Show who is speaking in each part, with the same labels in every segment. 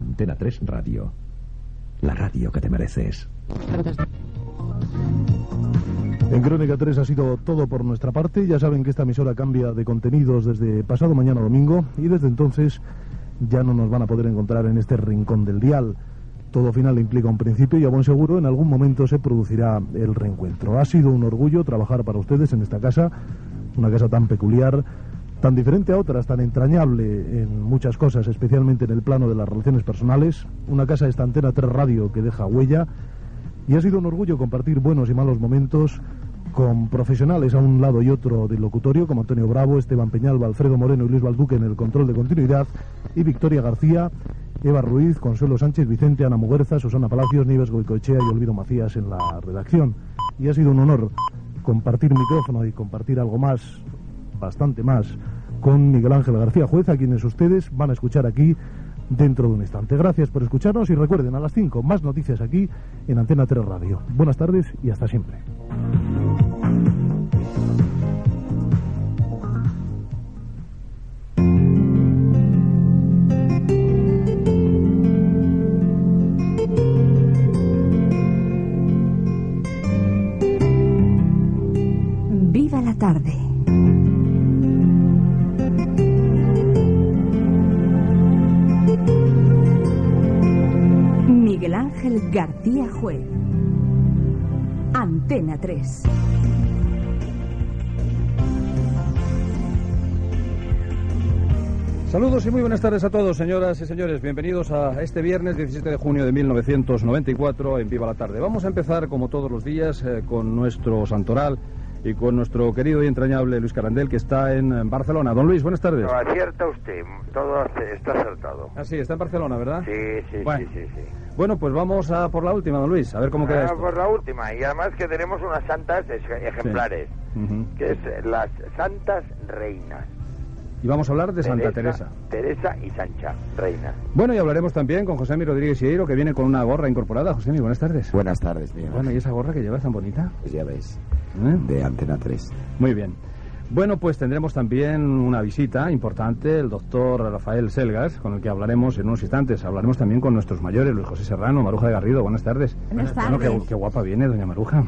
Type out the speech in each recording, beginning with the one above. Speaker 1: Antena 3 Radio. La radio que te mereces.
Speaker 2: En Crónica 3 ha sido todo por nuestra parte. Ya saben que esta emisora cambia de contenidos desde pasado mañana domingo y desde entonces ya no nos van a poder encontrar en este rincón del dial. Todo final implica un principio y a buen seguro en algún momento se producirá el reencuentro. Ha sido un orgullo trabajar para ustedes en esta casa, una casa tan peculiar, tan diferente a otras, tan entrañable en muchas cosas, especialmente en el plano de las relaciones personales. Una casa esta antena 3 radio que deja huella y ha sido un orgullo compartir buenos y malos momentos con profesionales a un lado y otro del locutorio, como Antonio Bravo, Esteban Peñalba, Alfredo Moreno y Luis Balduque en el control de continuidad, y Victoria García, Eva Ruiz, Consuelo Sánchez Vicente, Ana Muguerza, Susana Palacios, Nieves Goicoechea y Olvido Macías en la redacción. Y ha sido un honor compartir micrófono y compartir algo más, bastante más, con Miguel Ángel García Juez, a quienes ustedes van a escuchar aquí dentro de un instante. Gracias por escucharnos y recuerden a las 5 más noticias aquí en Antena 3 Radio. Buenas tardes y hasta siempre.
Speaker 3: Viva la tarde. Miguel Ángel García Juez. Antena 3.
Speaker 4: Saludos y muy buenas tardes a todos, señoras y señores. Bienvenidos a este viernes 17 de junio de 1994 en Viva la Tarde. Vamos a empezar, como todos los días, eh, con nuestro santoral y con nuestro querido y entrañable Luis Carandel, que está en, en Barcelona. Don Luis, buenas tardes.
Speaker 5: No, acierta usted, todo hace- está acertado.
Speaker 4: Ah, sí, está en Barcelona, ¿verdad?
Speaker 5: Sí, sí,
Speaker 4: Bueno.
Speaker 5: sí, sí, sí.
Speaker 4: Bueno, pues vamos a por la última, don Luis, a ver cómo queda
Speaker 5: Ah,
Speaker 4: esto.
Speaker 5: por la última, y además que tenemos unas santas es- ejemplares,
Speaker 4: Ujú.
Speaker 5: pues, que es las santas reinas.
Speaker 4: Y vamos a hablar de Santa Teresa.
Speaker 5: Teresa y Sancha, reinas.
Speaker 4: Bueno, y hablaremos también con José Mi Rodríguez Sieiro, que viene con una gorra incorporada. José Mi, buenas tardes.
Speaker 6: Buenas tardes, Miguel.
Speaker 4: Bueno, ¿y esa gorra que llevas tan bonita?
Speaker 6: Pues ya veis,
Speaker 4: ¿Eh?
Speaker 6: de Antena 3.
Speaker 4: Muy bien. Bueno, pues tendremos también una visita importante, el doctor Rafael Selgas, con el que hablaremos en unos instantes. Hablaremos también con nuestros mayores, Luis José Serrano, Maruja de Garrido. Buenas tardes.
Speaker 7: Buenas
Speaker 4: Bueno, qué,
Speaker 7: tardes.
Speaker 4: qué guapa viene, doña Maruja.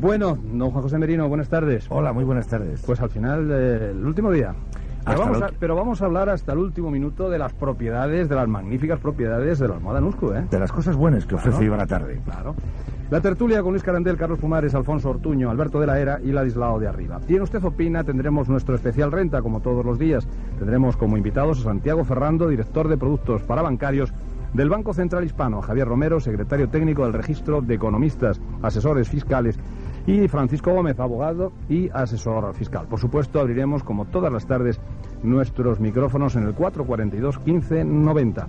Speaker 4: Bueno, don Juan José Merino, buenas tardes.
Speaker 6: Hola, muy buenas tardes.
Speaker 4: Pues al final, eh, el último día. Pero
Speaker 6: Hasta
Speaker 4: vamos,
Speaker 6: el
Speaker 4: a,
Speaker 6: ulti-
Speaker 4: pero vamos a hablar hasta el último minuto de las propiedades, de las magníficas propiedades de la almohada Nusco, ¿eh?
Speaker 6: de las cosas buenas que ofrece
Speaker 4: Claro.
Speaker 6: Viva la Tarde.
Speaker 4: Claro. La tertulia con Luis Carandel, Carlos Fumares, Alfonso Ortuño, Alberto de la Era y Ladislao de Arriba. Y en Usted Opina tendremos nuestro especial renta, como todos los días. Tendremos como invitados a Santiago Ferrando, director de productos para bancarios del Banco Central Hispano, a Javier Romero, secretario técnico del Registro de Economistas, Asesores Fiscales, y Francisco Gómez, abogado y asesor fiscal. Por supuesto, abriremos, como todas las tardes, nuestros micrófonos en el 442 1590.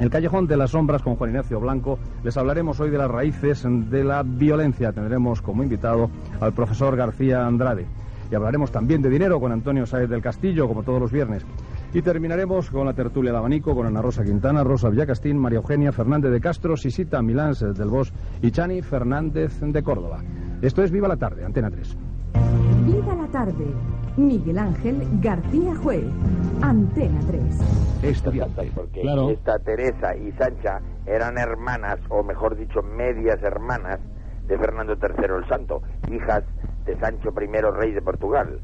Speaker 4: El Callejón de las Sombras con Juan Ignacio Blanco. Les hablaremos hoy de las raíces de la violencia. Tendremos como invitado al profesor García Andrade. Y hablaremos también de dinero con Antonio Sáez del Castillo, como todos los viernes. Y terminaremos con la tertulia de abanico con Ana Rosa Quintana, Rosa Villacastín, María Eugenia Fernández de Castro, Sisita Milán Sáenz del Bosch y Chani Fernández de Córdoba. Esto es Viva la Tarde, Antena 3.
Speaker 3: Viva la tarde. Miguel Ángel García Juez. Antena 3.
Speaker 5: Estudiantes. Porque
Speaker 4: Claro.
Speaker 5: esta Teresa y Sancha eran hermanas, o mejor dicho, medias hermanas de Fernando III el Santo, hijas de Sancho I, rey de Portugal.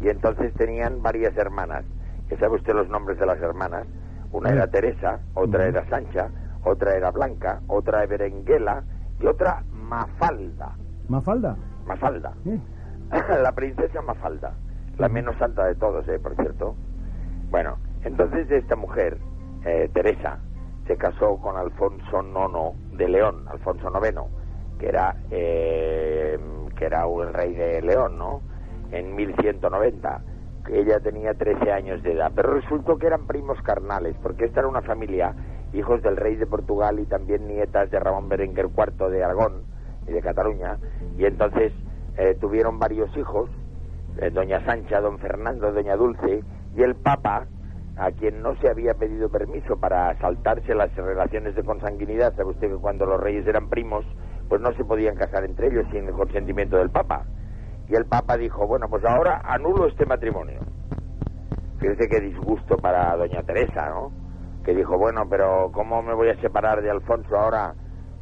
Speaker 5: Y entonces tenían varias hermanas. ¿Ya sabe usted los nombres de las hermanas? Una era Teresa, otra era Sancha, otra era Blanca, otra era Berenguela y otra Mafalda.
Speaker 4: ¿Mafalda?
Speaker 5: Mafalda.
Speaker 4: ¿Eh?
Speaker 5: la princesa Mafalda, la menos santa de todos, eh, por cierto. Bueno, entonces esta mujer, eh, Teresa, se casó con Alfonso IX de León, Alfonso IX, que era, eh, que era un rey de León, ¿no? En 1190. Ella tenía 13 años de edad, pero resultó que eran primos carnales, porque esta era una familia hijos del rey de Portugal y también nietas de Ramón Berenguer IV de Aragón y de Cataluña. Y entonces eh, tuvieron varios hijos, eh, doña Sancha, don Fernando, doña Dulce, y el Papa, a quien no se había pedido permiso para saltarse las relaciones de consanguinidad, sabe usted que cuando los reyes eran primos, pues no se podían casar entre ellos sin el consentimiento del Papa. Y el Papa dijo, bueno, pues ahora anulo este matrimonio. Fíjese qué disgusto para doña Teresa, ¿no? Que dijo, bueno, pero ¿cómo me voy a separar de Alfonso ahora?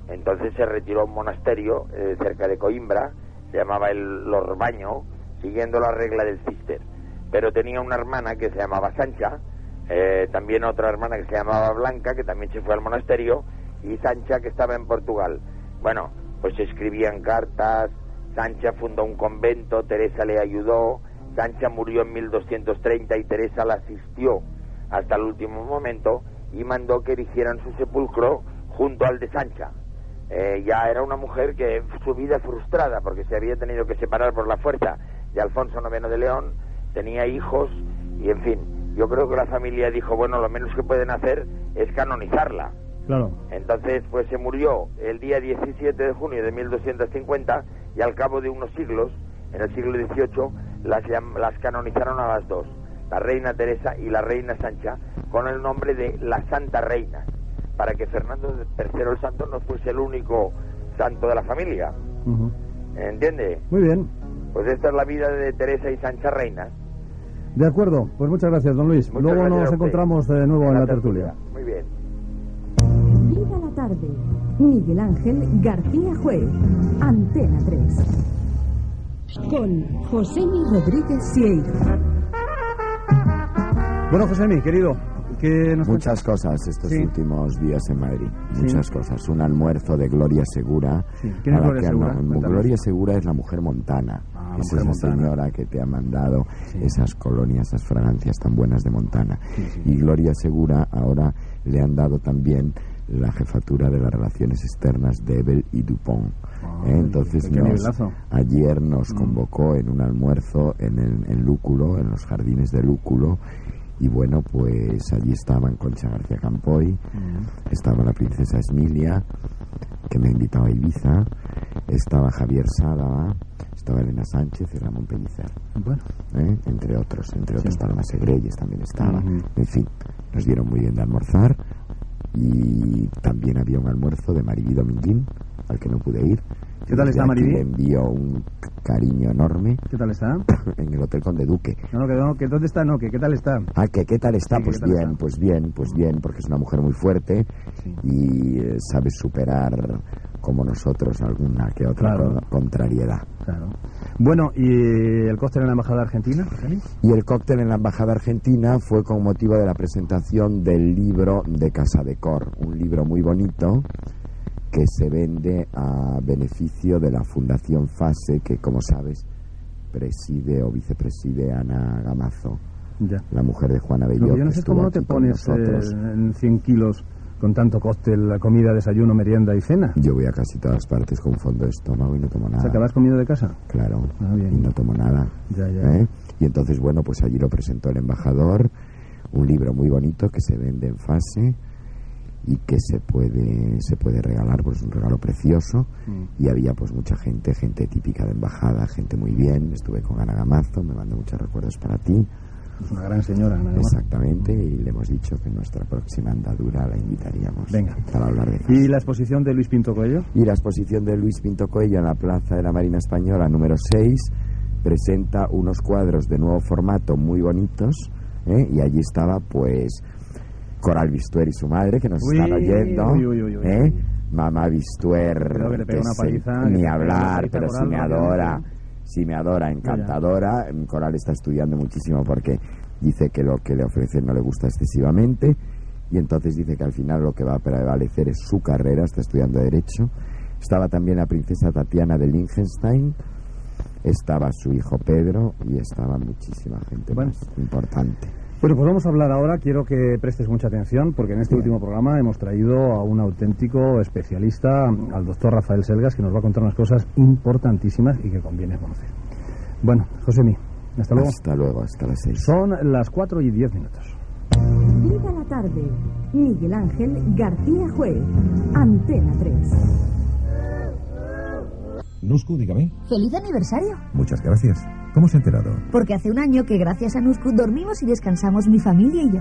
Speaker 5: Entonces se retiró a un monasterio eh, cerca de Coimbra, se llamaba el Lorbaño, siguiendo la regla del cister. Pero tenía una hermana que se llamaba Sancha, eh, también otra hermana que se llamaba Blanca, que también se fue al monasterio, y Sancha, que estaba en Portugal. Bueno, pues se escribían cartas, Sancha fundó un convento, Teresa le ayudó, Sancha murió en 1230 y Teresa la asistió hasta el último momento y mandó que erigieran su sepulcro junto al de Sancha. Eh, ya era una mujer que su vida frustrada porque se había tenido que separar por la fuerza de Alfonso IX de León, tenía hijos y en fin, yo creo que la familia dijo, bueno, lo menos que pueden hacer es canonizarla.
Speaker 2: Claro.
Speaker 5: Entonces, pues se murió el día 17 de junio de 1250 y al cabo de unos siglos, en el siglo XVIII, las, llam- las canonizaron a las dos, la reina Teresa y la reina Sancha, con el nombre de la Santa Reina, para que Fernando III el Santo no fuese el único santo de la familia.
Speaker 2: Ujú.
Speaker 5: ¿Entiende?
Speaker 2: Muy bien.
Speaker 5: Pues esta es la vida de Teresa y Sancha Reina.
Speaker 2: De acuerdo. Pues muchas gracias, don Luis.
Speaker 5: Muchas
Speaker 2: Luego
Speaker 5: gracias a
Speaker 2: nos
Speaker 5: usted.
Speaker 2: encontramos eh, de nuevo en la tertulia.
Speaker 5: Muy bien.
Speaker 3: Viva la tarde. Miguel Ángel García Juez. Antena 3. Con Josemi Rodríguez Sieiro.
Speaker 2: Bueno, José, mi querido, que nos
Speaker 6: Muchas cosas estos
Speaker 2: Sí.
Speaker 6: últimos días en Madrid. Muchas cosas. Un almuerzo de Gloria Segura.
Speaker 2: Sí. ¿Quién es
Speaker 6: a la
Speaker 2: Gloria
Speaker 6: que han-
Speaker 2: Segura?
Speaker 6: no,
Speaker 2: Cuéntanos.
Speaker 6: Gloria Segura es la mujer montana.
Speaker 2: Ah, la
Speaker 6: Esa
Speaker 2: mujer
Speaker 6: es la
Speaker 2: montana.
Speaker 6: señora que te ha mandado esas colonias, esas fragancias tan buenas de Montana. Y Gloria Segura ahora le han dado también la jefatura de las relaciones externas de Ebel y Dupont.
Speaker 2: Ah,
Speaker 6: ¿Eh? Entonces
Speaker 2: qué
Speaker 6: nos-
Speaker 2: nivelazo. Mm.
Speaker 6: ayer nos convocó en un almuerzo en, el, en Lúculo, en los jardines de Lúculo, y bueno, pues allí estaban Concha García Campoy,
Speaker 2: Mm.
Speaker 6: estaba la princesa Esmilia, que me ha invitado a Ibiza, estaba Javier Sádava, estaba Elena Sánchez y Ramón Pellicer,
Speaker 2: Bueno,
Speaker 6: ¿eh? entre otros, entre otros Paloma Segreyes también estaba, en fin, nos dieron muy bien de almorzar y también había un almuerzo de Maribí Dominguín, al que no pude ir.
Speaker 2: ¿Qué tal
Speaker 6: Desde
Speaker 2: está
Speaker 6: aquí
Speaker 2: Maribí?
Speaker 6: Le envío un cariño enorme
Speaker 2: ¿qué tal está?
Speaker 6: en el Hotel Conde Duque.
Speaker 2: No, no, que, no, que dónde está, no, que qué tal está.
Speaker 6: Ah, que qué tal está,
Speaker 2: Sí, que
Speaker 6: pues
Speaker 2: qué tal
Speaker 6: bien,
Speaker 2: está.
Speaker 6: pues bien, pues bien, porque es una mujer muy fuerte y eh, sabe superar como nosotros alguna que otra
Speaker 2: Claro.
Speaker 6: con- contrariedad.
Speaker 2: Claro. Bueno, ¿y el cóctel en la embajada argentina? Josemi?
Speaker 6: Y el cóctel en la Embajada Argentina fue con motivo de la presentación del libro de Casa de Cor, un libro muy bonito que se vende a beneficio de la Fundación FASE, que como sabes preside o vicepreside Ana Gamazo,
Speaker 2: Ya.
Speaker 6: la mujer de Juana Belló.
Speaker 2: Lo que yo no sé
Speaker 6: que
Speaker 2: es
Speaker 6: estuvo
Speaker 2: cómo no te
Speaker 6: aquí con
Speaker 2: pones eh,
Speaker 6: nosotros.
Speaker 2: en 100 kilos con tanto cóctel, la comida, desayuno, merienda y cena.
Speaker 6: Yo voy a casi todas partes con fondo de estómago y no tomo
Speaker 2: O sea,
Speaker 6: nada.
Speaker 2: que vas comido de casa.
Speaker 6: Claro,
Speaker 2: Ah, bien.
Speaker 6: y no tomo nada.
Speaker 2: Ya, ya.
Speaker 6: ¿eh? Y entonces, bueno, pues allí lo presentó el embajador, un libro muy bonito que se vende en fase y que se puede se puede regalar, pues es un regalo precioso.
Speaker 2: Mm.
Speaker 6: Y había pues mucha gente, gente típica de embajada, gente muy bien. Estuve con Ana Gamazo, me mandó muchos recuerdos para ti.
Speaker 2: Es una gran señora, Ana Gamazo.
Speaker 6: Exactamente, y le hemos dicho que en nuestra próxima andadura la invitaríamos
Speaker 2: Venga.
Speaker 6: para hablar de FASE.
Speaker 2: ¿Y la exposición de Luis Pinto Coello?
Speaker 6: Y la exposición de Luis Pinto Coello en la Plaza de la Marina Española número 6 presenta unos cuadros de nuevo formato muy bonitos. ¿eh? Y allí estaba, pues, Coral Bistuer y su madre, que nos
Speaker 2: Uy,
Speaker 6: están oyendo.
Speaker 2: uy, uy, uy, uy.
Speaker 6: ¿eh? Mamá Bistuer,
Speaker 2: Creo que le pega una
Speaker 6: se-
Speaker 2: paliza, que
Speaker 6: ni
Speaker 2: le pega una
Speaker 6: hablar,
Speaker 2: paliza
Speaker 6: pero
Speaker 2: por
Speaker 6: si me
Speaker 2: algo,
Speaker 6: adora,
Speaker 2: obviamente.
Speaker 6: si me adora, encantadora. Coral está estudiando muchísimo porque dice que lo que le ofrecen no le gusta excesivamente y entonces dice que al final lo que va a prevalecer es su carrera, está estudiando Derecho. Estaba también la princesa Tatiana de Liechtenstein, estaba su hijo Pedro y estaba muchísima gente
Speaker 2: Bueno.
Speaker 6: más importante.
Speaker 2: Bueno, pues vamos a hablar ahora. Quiero que prestes mucha atención porque en este
Speaker 6: Bien.
Speaker 2: último programa hemos traído a un auténtico especialista, al doctor Rafael Selgas, que nos va a contar unas cosas importantísimas y que conviene conocer. Bueno, Josemi, hasta luego.
Speaker 6: Hasta luego, hasta las seis.
Speaker 2: Son las 4 y 10 minutos.
Speaker 3: Viva la tarde. tarde. Miguel Ángel García Juez. Antena 3.
Speaker 7: Nuscu, dígame.
Speaker 8: ¡Feliz aniversario!
Speaker 7: Muchas gracias. ¿Cómo se ha enterado?
Speaker 8: Porque hace un año que gracias a Nuscu dormimos y descansamos mi familia y yo.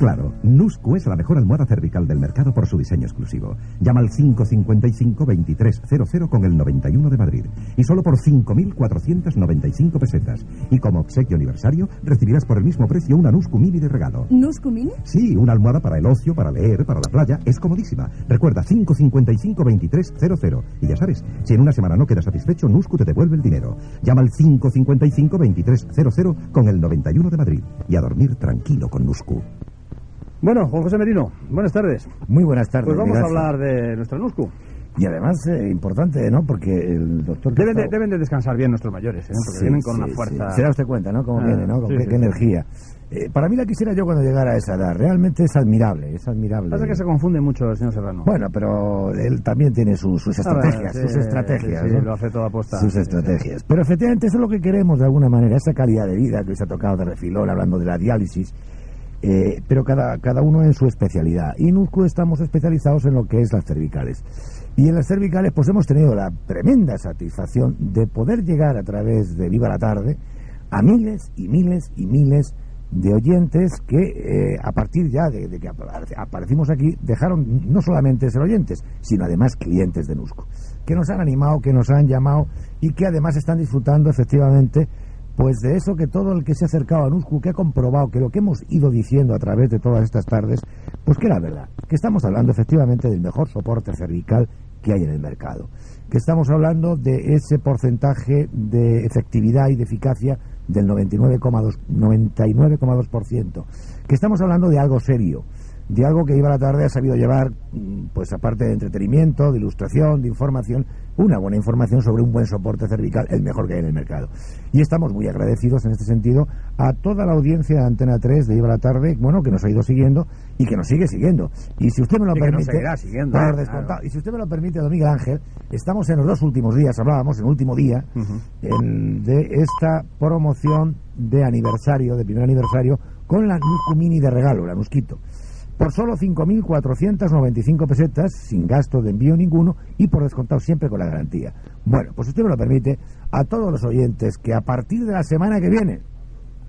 Speaker 7: Claro, Nuscu es la mejor almohada cervical del mercado por su diseño exclusivo. Llama al 555-2300 con el 91 de Madrid. Y solo por 5.495 pesetas. Y como obsequio aniversario, recibirás por el mismo precio una Nuscu Mini de regalo.
Speaker 8: ¿Nuscu Mini?
Speaker 7: Sí, una almohada para el ocio, para leer, para la playa. Es comodísima. Recuerda, 555-2300. Y ya sabes, si en una semana no quedas satisfecho, Nuscu te devuelve el dinero. Llama al 555-2300 con el 91 de Madrid. Y a dormir tranquilo con Nuscu.
Speaker 4: Bueno, Juan José Merino, buenas tardes.
Speaker 9: Muy buenas tardes.
Speaker 4: Pues vamos a
Speaker 9: gracias.
Speaker 4: hablar de nuestra Nuscu.
Speaker 9: Y además, eh, importante, ¿no? Porque el doctor. que
Speaker 4: Deben de,
Speaker 9: está-
Speaker 4: deben de descansar bien nuestros mayores, ¿eh? porque
Speaker 9: Sí,
Speaker 4: vienen con
Speaker 9: sí,
Speaker 4: una
Speaker 9: sí.
Speaker 4: fuerza.
Speaker 9: Se da usted cuenta, ¿no? Cómo
Speaker 4: Ah,
Speaker 9: viene, ¿no? Con
Speaker 4: sí,
Speaker 9: qué,
Speaker 4: sí,
Speaker 9: qué
Speaker 4: sí.
Speaker 9: energía. Eh, para mí la quisiera yo cuando llegara a esa edad. Realmente es admirable, es admirable.
Speaker 4: Pasa que se confunde mucho el señor Serrano.
Speaker 9: Bueno, pero él también tiene su- sus
Speaker 4: Ah, bueno,
Speaker 9: estrategias,
Speaker 4: sí,
Speaker 9: sus estrategias.
Speaker 4: sí, sí,
Speaker 9: ¿no?
Speaker 4: lo hace todo aposta.
Speaker 9: Sus
Speaker 4: Sí, sí.
Speaker 9: estrategias. Pero efectivamente eso es lo que queremos de alguna manera, esa calidad de vida que hoy se ha tocado de refilón hablando de la diálisis, eh, pero cada, cada uno en su especialidad. Y en UNCU estamos especializados en lo que es las cervicales. Y en las cervicales pues hemos tenido la tremenda satisfacción de poder llegar a través de Viva la Tarde a miles y miles y miles de oyentes que eh, a partir ya de, de que apar- aparecimos aquí dejaron no solamente ser oyentes, sino además clientes de Nusco, que nos han animado, que nos han llamado y que además están disfrutando efectivamente pues de eso que todo el que se ha acercado a Nusco, que ha comprobado que lo que hemos ido diciendo a través de todas estas tardes, pues que era verdad, que estamos hablando efectivamente del mejor soporte cervical que hay en el mercado, que estamos hablando de ese porcentaje de efectividad y de eficacia del 99,2 99,2%, que estamos hablando de algo serio, de algo que iba la tarde ha sabido llevar, mm, pues aparte de entretenimiento, de ilustración, de información, una buena información sobre un buen soporte cervical, el mejor que hay en el mercado. Y estamos muy agradecidos en este sentido a toda la audiencia de Antena 3 de Iba la Tarde, bueno, que nos ha ido siguiendo y que nos sigue siguiendo. Y si usted me lo
Speaker 4: Y que nos
Speaker 9: permite,
Speaker 4: seguirá siguiendo,
Speaker 9: por
Speaker 4: eh,
Speaker 9: descontado.
Speaker 4: claro.
Speaker 9: Y si usted me lo permite, don Miguel Ángel, estamos en los dos últimos días, hablábamos en el último día, en- de esta promoción de aniversario, de primer aniversario, con la Nuscu Mini de regalo, la Nusquito. Por solo 5.495 pesetas, sin gasto de envío ninguno y por descontado siempre con la garantía. Bueno, pues si usted me lo permite, a todos los oyentes que a partir de la semana que viene,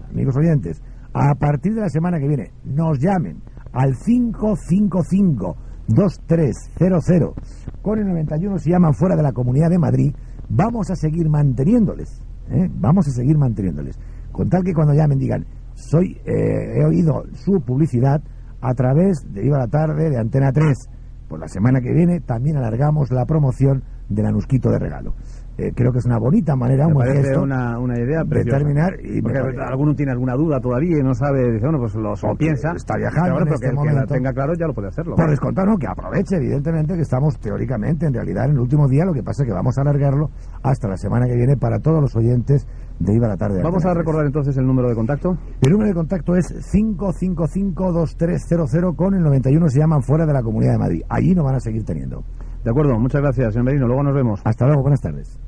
Speaker 9: amigos oyentes, a partir de la semana que viene, nos llamen al 555-2300 con el 91 si llaman fuera de la Comunidad de Madrid, vamos a seguir manteniéndoles, ¿eh? vamos a seguir manteniéndoles. Con tal que cuando llamen digan, soy, eh, he oído su publicidad a través de Viva la Tarde de Antena 3. Pues la semana que viene también alargamos la promoción del anusquito de regalo. Eh, creo que es una bonita manera,
Speaker 4: Me
Speaker 9: un buen
Speaker 4: parece
Speaker 9: gesto.
Speaker 4: una, una idea
Speaker 9: de
Speaker 4: preciosa.
Speaker 9: terminar y me
Speaker 4: Porque
Speaker 9: parece-
Speaker 4: alguno tiene alguna duda todavía y no sabe, dice, bueno, pues lo, lo
Speaker 9: Porque
Speaker 4: piensa.
Speaker 9: está viajando
Speaker 4: Pero bueno,
Speaker 9: en
Speaker 4: pero
Speaker 9: este
Speaker 4: que el que la
Speaker 9: momento.
Speaker 4: tenga claro ya lo puede hacerlo.
Speaker 9: Por descontar, no, que aproveche, evidentemente, que estamos teóricamente, en realidad, en el último día. Lo que pasa es que vamos a alargarlo hasta la semana que viene para todos los oyentes de Iba la Tarde.
Speaker 4: Vamos a
Speaker 9: Antena tres.
Speaker 4: recordar entonces el número de contacto.
Speaker 9: El número de contacto es 555-2300 con el 91. Se llaman fuera de la Comunidad de Madrid. Allí nos van a seguir teniendo.
Speaker 4: De acuerdo, muchas gracias, señor Merino. Luego nos vemos.
Speaker 9: Hasta luego, buenas tardes.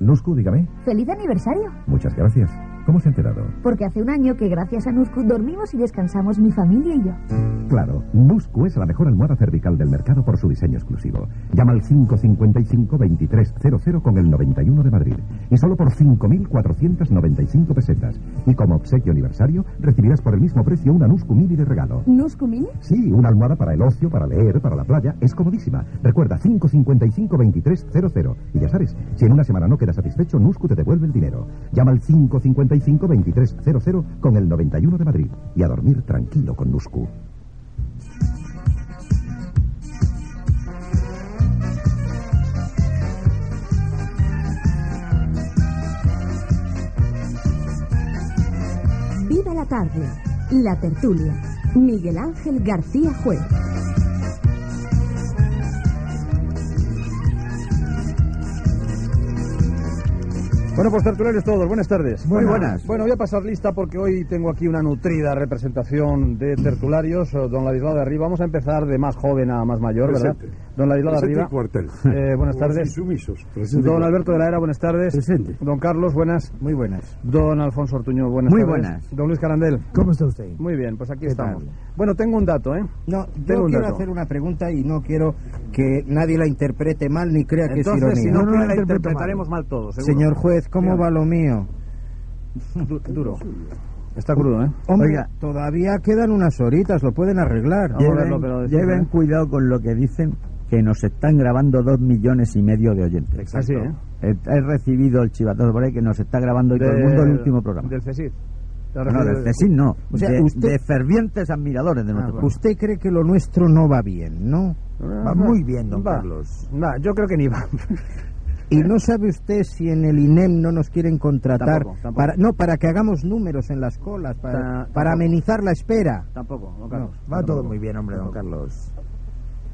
Speaker 7: Nuscu, dígame.
Speaker 8: ¡Feliz aniversario!
Speaker 7: Muchas gracias. ¿Cómo se ha enterado?
Speaker 8: Porque hace un año que gracias a Nuscu dormimos y descansamos mi familia y yo.
Speaker 7: Claro, Nuscu es la mejor almohada cervical del mercado por su diseño exclusivo. Llama al 555-2300 con el 91 de Madrid. Y solo por 5.495 pesetas. Y como obsequio aniversario, recibirás por el mismo precio una Nuscu Mini de regalo.
Speaker 8: ¿Nuscu Mini?
Speaker 7: Sí, una almohada para el ocio, para leer, para la playa. Es comodísima. Recuerda, 555-2300. Y ya sabes, si en una semana no quedas satisfecho, Nuscu te devuelve el dinero. Llama al 555-2300 con el 91 de Madrid. Y a dormir tranquilo con Nuscu.
Speaker 3: Viva la tarde. La tertulia. Miguel Ángel García Juez.
Speaker 4: Bueno, pues tertulianos todos, buenas tardes.
Speaker 9: Muy
Speaker 4: Bueno,
Speaker 9: buenas.
Speaker 4: Bueno, voy a pasar lista porque hoy tengo aquí una nutrida representación de tertularios. Eh, Don Ladislao de Arriba, vamos a empezar de más joven a más mayor, ¿verdad?
Speaker 2: Presente.
Speaker 4: Don Ladislao
Speaker 10: Presente
Speaker 4: Arriba.
Speaker 10: y cuartel.
Speaker 4: Eh, buenas
Speaker 10: Como
Speaker 4: tardes.
Speaker 10: así, sumisos. Presente y
Speaker 4: Don
Speaker 10: cuartel.
Speaker 4: Alberto de la Era, buenas tardes.
Speaker 10: Presente.
Speaker 4: Don Carlos, buenas.
Speaker 11: Muy buenas.
Speaker 4: Don Alfonso Ortuño, buenas
Speaker 11: Muy
Speaker 4: tardes.
Speaker 11: buenas.
Speaker 4: Don Luis Carandel.
Speaker 11: ¿Cómo está usted?
Speaker 4: Muy bien, pues aquí
Speaker 11: ¿Qué
Speaker 4: estamos.
Speaker 11: tal?
Speaker 4: Bueno, tengo un dato, ¿eh?
Speaker 11: No,
Speaker 4: Tengo
Speaker 11: yo
Speaker 4: un
Speaker 11: quiero
Speaker 4: dato.
Speaker 11: hacer una pregunta y no quiero que nadie la interprete mal ni crea que
Speaker 4: Entonces,
Speaker 11: es ironía.
Speaker 4: si no, la interpretaremos mal, todos. seguro.
Speaker 11: Señor juez, ¿cómo
Speaker 4: Dígame.
Speaker 11: va lo mío?
Speaker 4: Du- duro. Está crudo, ¿eh?
Speaker 11: Hombre,
Speaker 4: Oiga.
Speaker 11: todavía quedan unas horitas, lo pueden arreglar.
Speaker 4: Vamos a verlo, pero después,
Speaker 12: Lleven
Speaker 4: ¿eh?
Speaker 12: cuidado con lo que dicen, que nos están grabando dos millones y medio de oyentes.
Speaker 4: Así, ¿eh?
Speaker 12: He, he recibido el chivatazo por ahí que nos está grabando y todo el mundo el
Speaker 4: Del-
Speaker 12: último programa.
Speaker 4: Del CESID. La
Speaker 12: No,
Speaker 4: referencia-
Speaker 12: del CSIC no,
Speaker 11: O sea,
Speaker 12: de,
Speaker 11: usted-
Speaker 12: de fervientes admiradores
Speaker 4: Ah,
Speaker 12: de nuestro programa.
Speaker 11: Usted cree que lo nuestro no va bien, ¿no?
Speaker 4: Va muy bien, don Ah, Va. Carlos. Nah, yo creo que ni va.
Speaker 11: ¿Y no sabe usted si en el INEM no nos quieren contratar?
Speaker 4: Tampoco, tampoco.
Speaker 11: Para, no, para que hagamos números en las colas, para,
Speaker 4: Ta-
Speaker 11: para
Speaker 4: tampoco.
Speaker 11: amenizar la espera.
Speaker 4: Tampoco, don Carlos.
Speaker 11: No, va todo
Speaker 4: Tampoco.
Speaker 11: muy bien, hombre, don
Speaker 4: Tampoco.
Speaker 12: Carlos.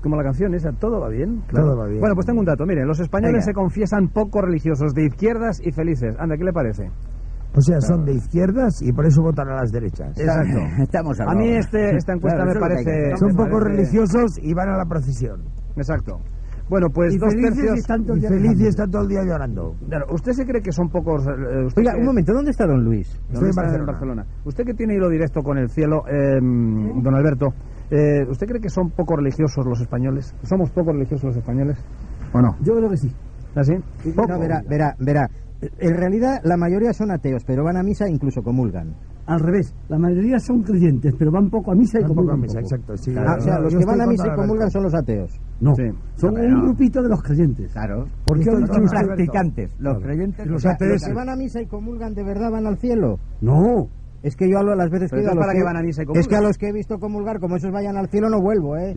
Speaker 4: Como la canción esa, todo va bien.
Speaker 11: Todo va bien.
Speaker 4: Bueno, pues tengo un dato. Miren, los
Speaker 11: Venga.
Speaker 4: españoles se confiesan poco religiosos, de izquierdas y felices. Anda, ¿qué le parece?
Speaker 13: O sea, son de izquierdas y por eso votan a las derechas.
Speaker 4: Exacto.
Speaker 12: Estamos
Speaker 4: A mí este- esta encuesta me
Speaker 13: eso es lo que hay que
Speaker 4: parece-
Speaker 13: hacer. Son
Speaker 4: me
Speaker 13: poco
Speaker 4: parece-
Speaker 13: religiosos y van a la procesión.
Speaker 4: Exacto. Bueno, pues
Speaker 13: Y
Speaker 4: dos
Speaker 13: felices
Speaker 4: tercios...
Speaker 13: están todo el día Y felices llorando. están todo el día llorando.
Speaker 4: Claro, ¿usted se cree que son pocos... eh, usted
Speaker 11: Oiga,
Speaker 4: que-
Speaker 11: un momento, ¿dónde está don Luis?
Speaker 4: ¿Dónde está? Barcelona. Usted que tiene hilo directo con el cielo, eh, don Alberto, eh, ¿usted cree que son poco religiosos los españoles? ¿Somos poco religiosos los españoles? ¿O no? ¿Ah,
Speaker 11: Yo creo que sí.
Speaker 4: ¿Así?
Speaker 11: No, verá, verá, verá. En realidad la mayoría son ateos, pero van a misa e incluso comulgan.
Speaker 14: Al revés, la mayoría son creyentes, pero van poco a misa y comulgan poco.
Speaker 11: Ah, o sea, los que van a misa y comulgan son los ateos.
Speaker 14: No, son un grupito de los creyentes.
Speaker 12: Claro.
Speaker 11: ¿Por qué
Speaker 14: Porque
Speaker 11: ha dicho
Speaker 14: son
Speaker 11: usted,
Speaker 12: practicantes, los creyentes,
Speaker 11: O
Speaker 12: los
Speaker 11: sea,
Speaker 12: ateos.
Speaker 11: los que van a misa y comulgan de verdad van al cielo.
Speaker 14: No.
Speaker 11: Es que yo hablo las veces que
Speaker 14: Pero
Speaker 11: he ido a
Speaker 14: entonces,
Speaker 11: los
Speaker 14: ¿para
Speaker 11: que-
Speaker 14: qué van a misa y
Speaker 11: Es que a
Speaker 14: comulgan?
Speaker 11: los que he visto comulgar, como esos vayan al cielo, no vuelvo, ¿eh?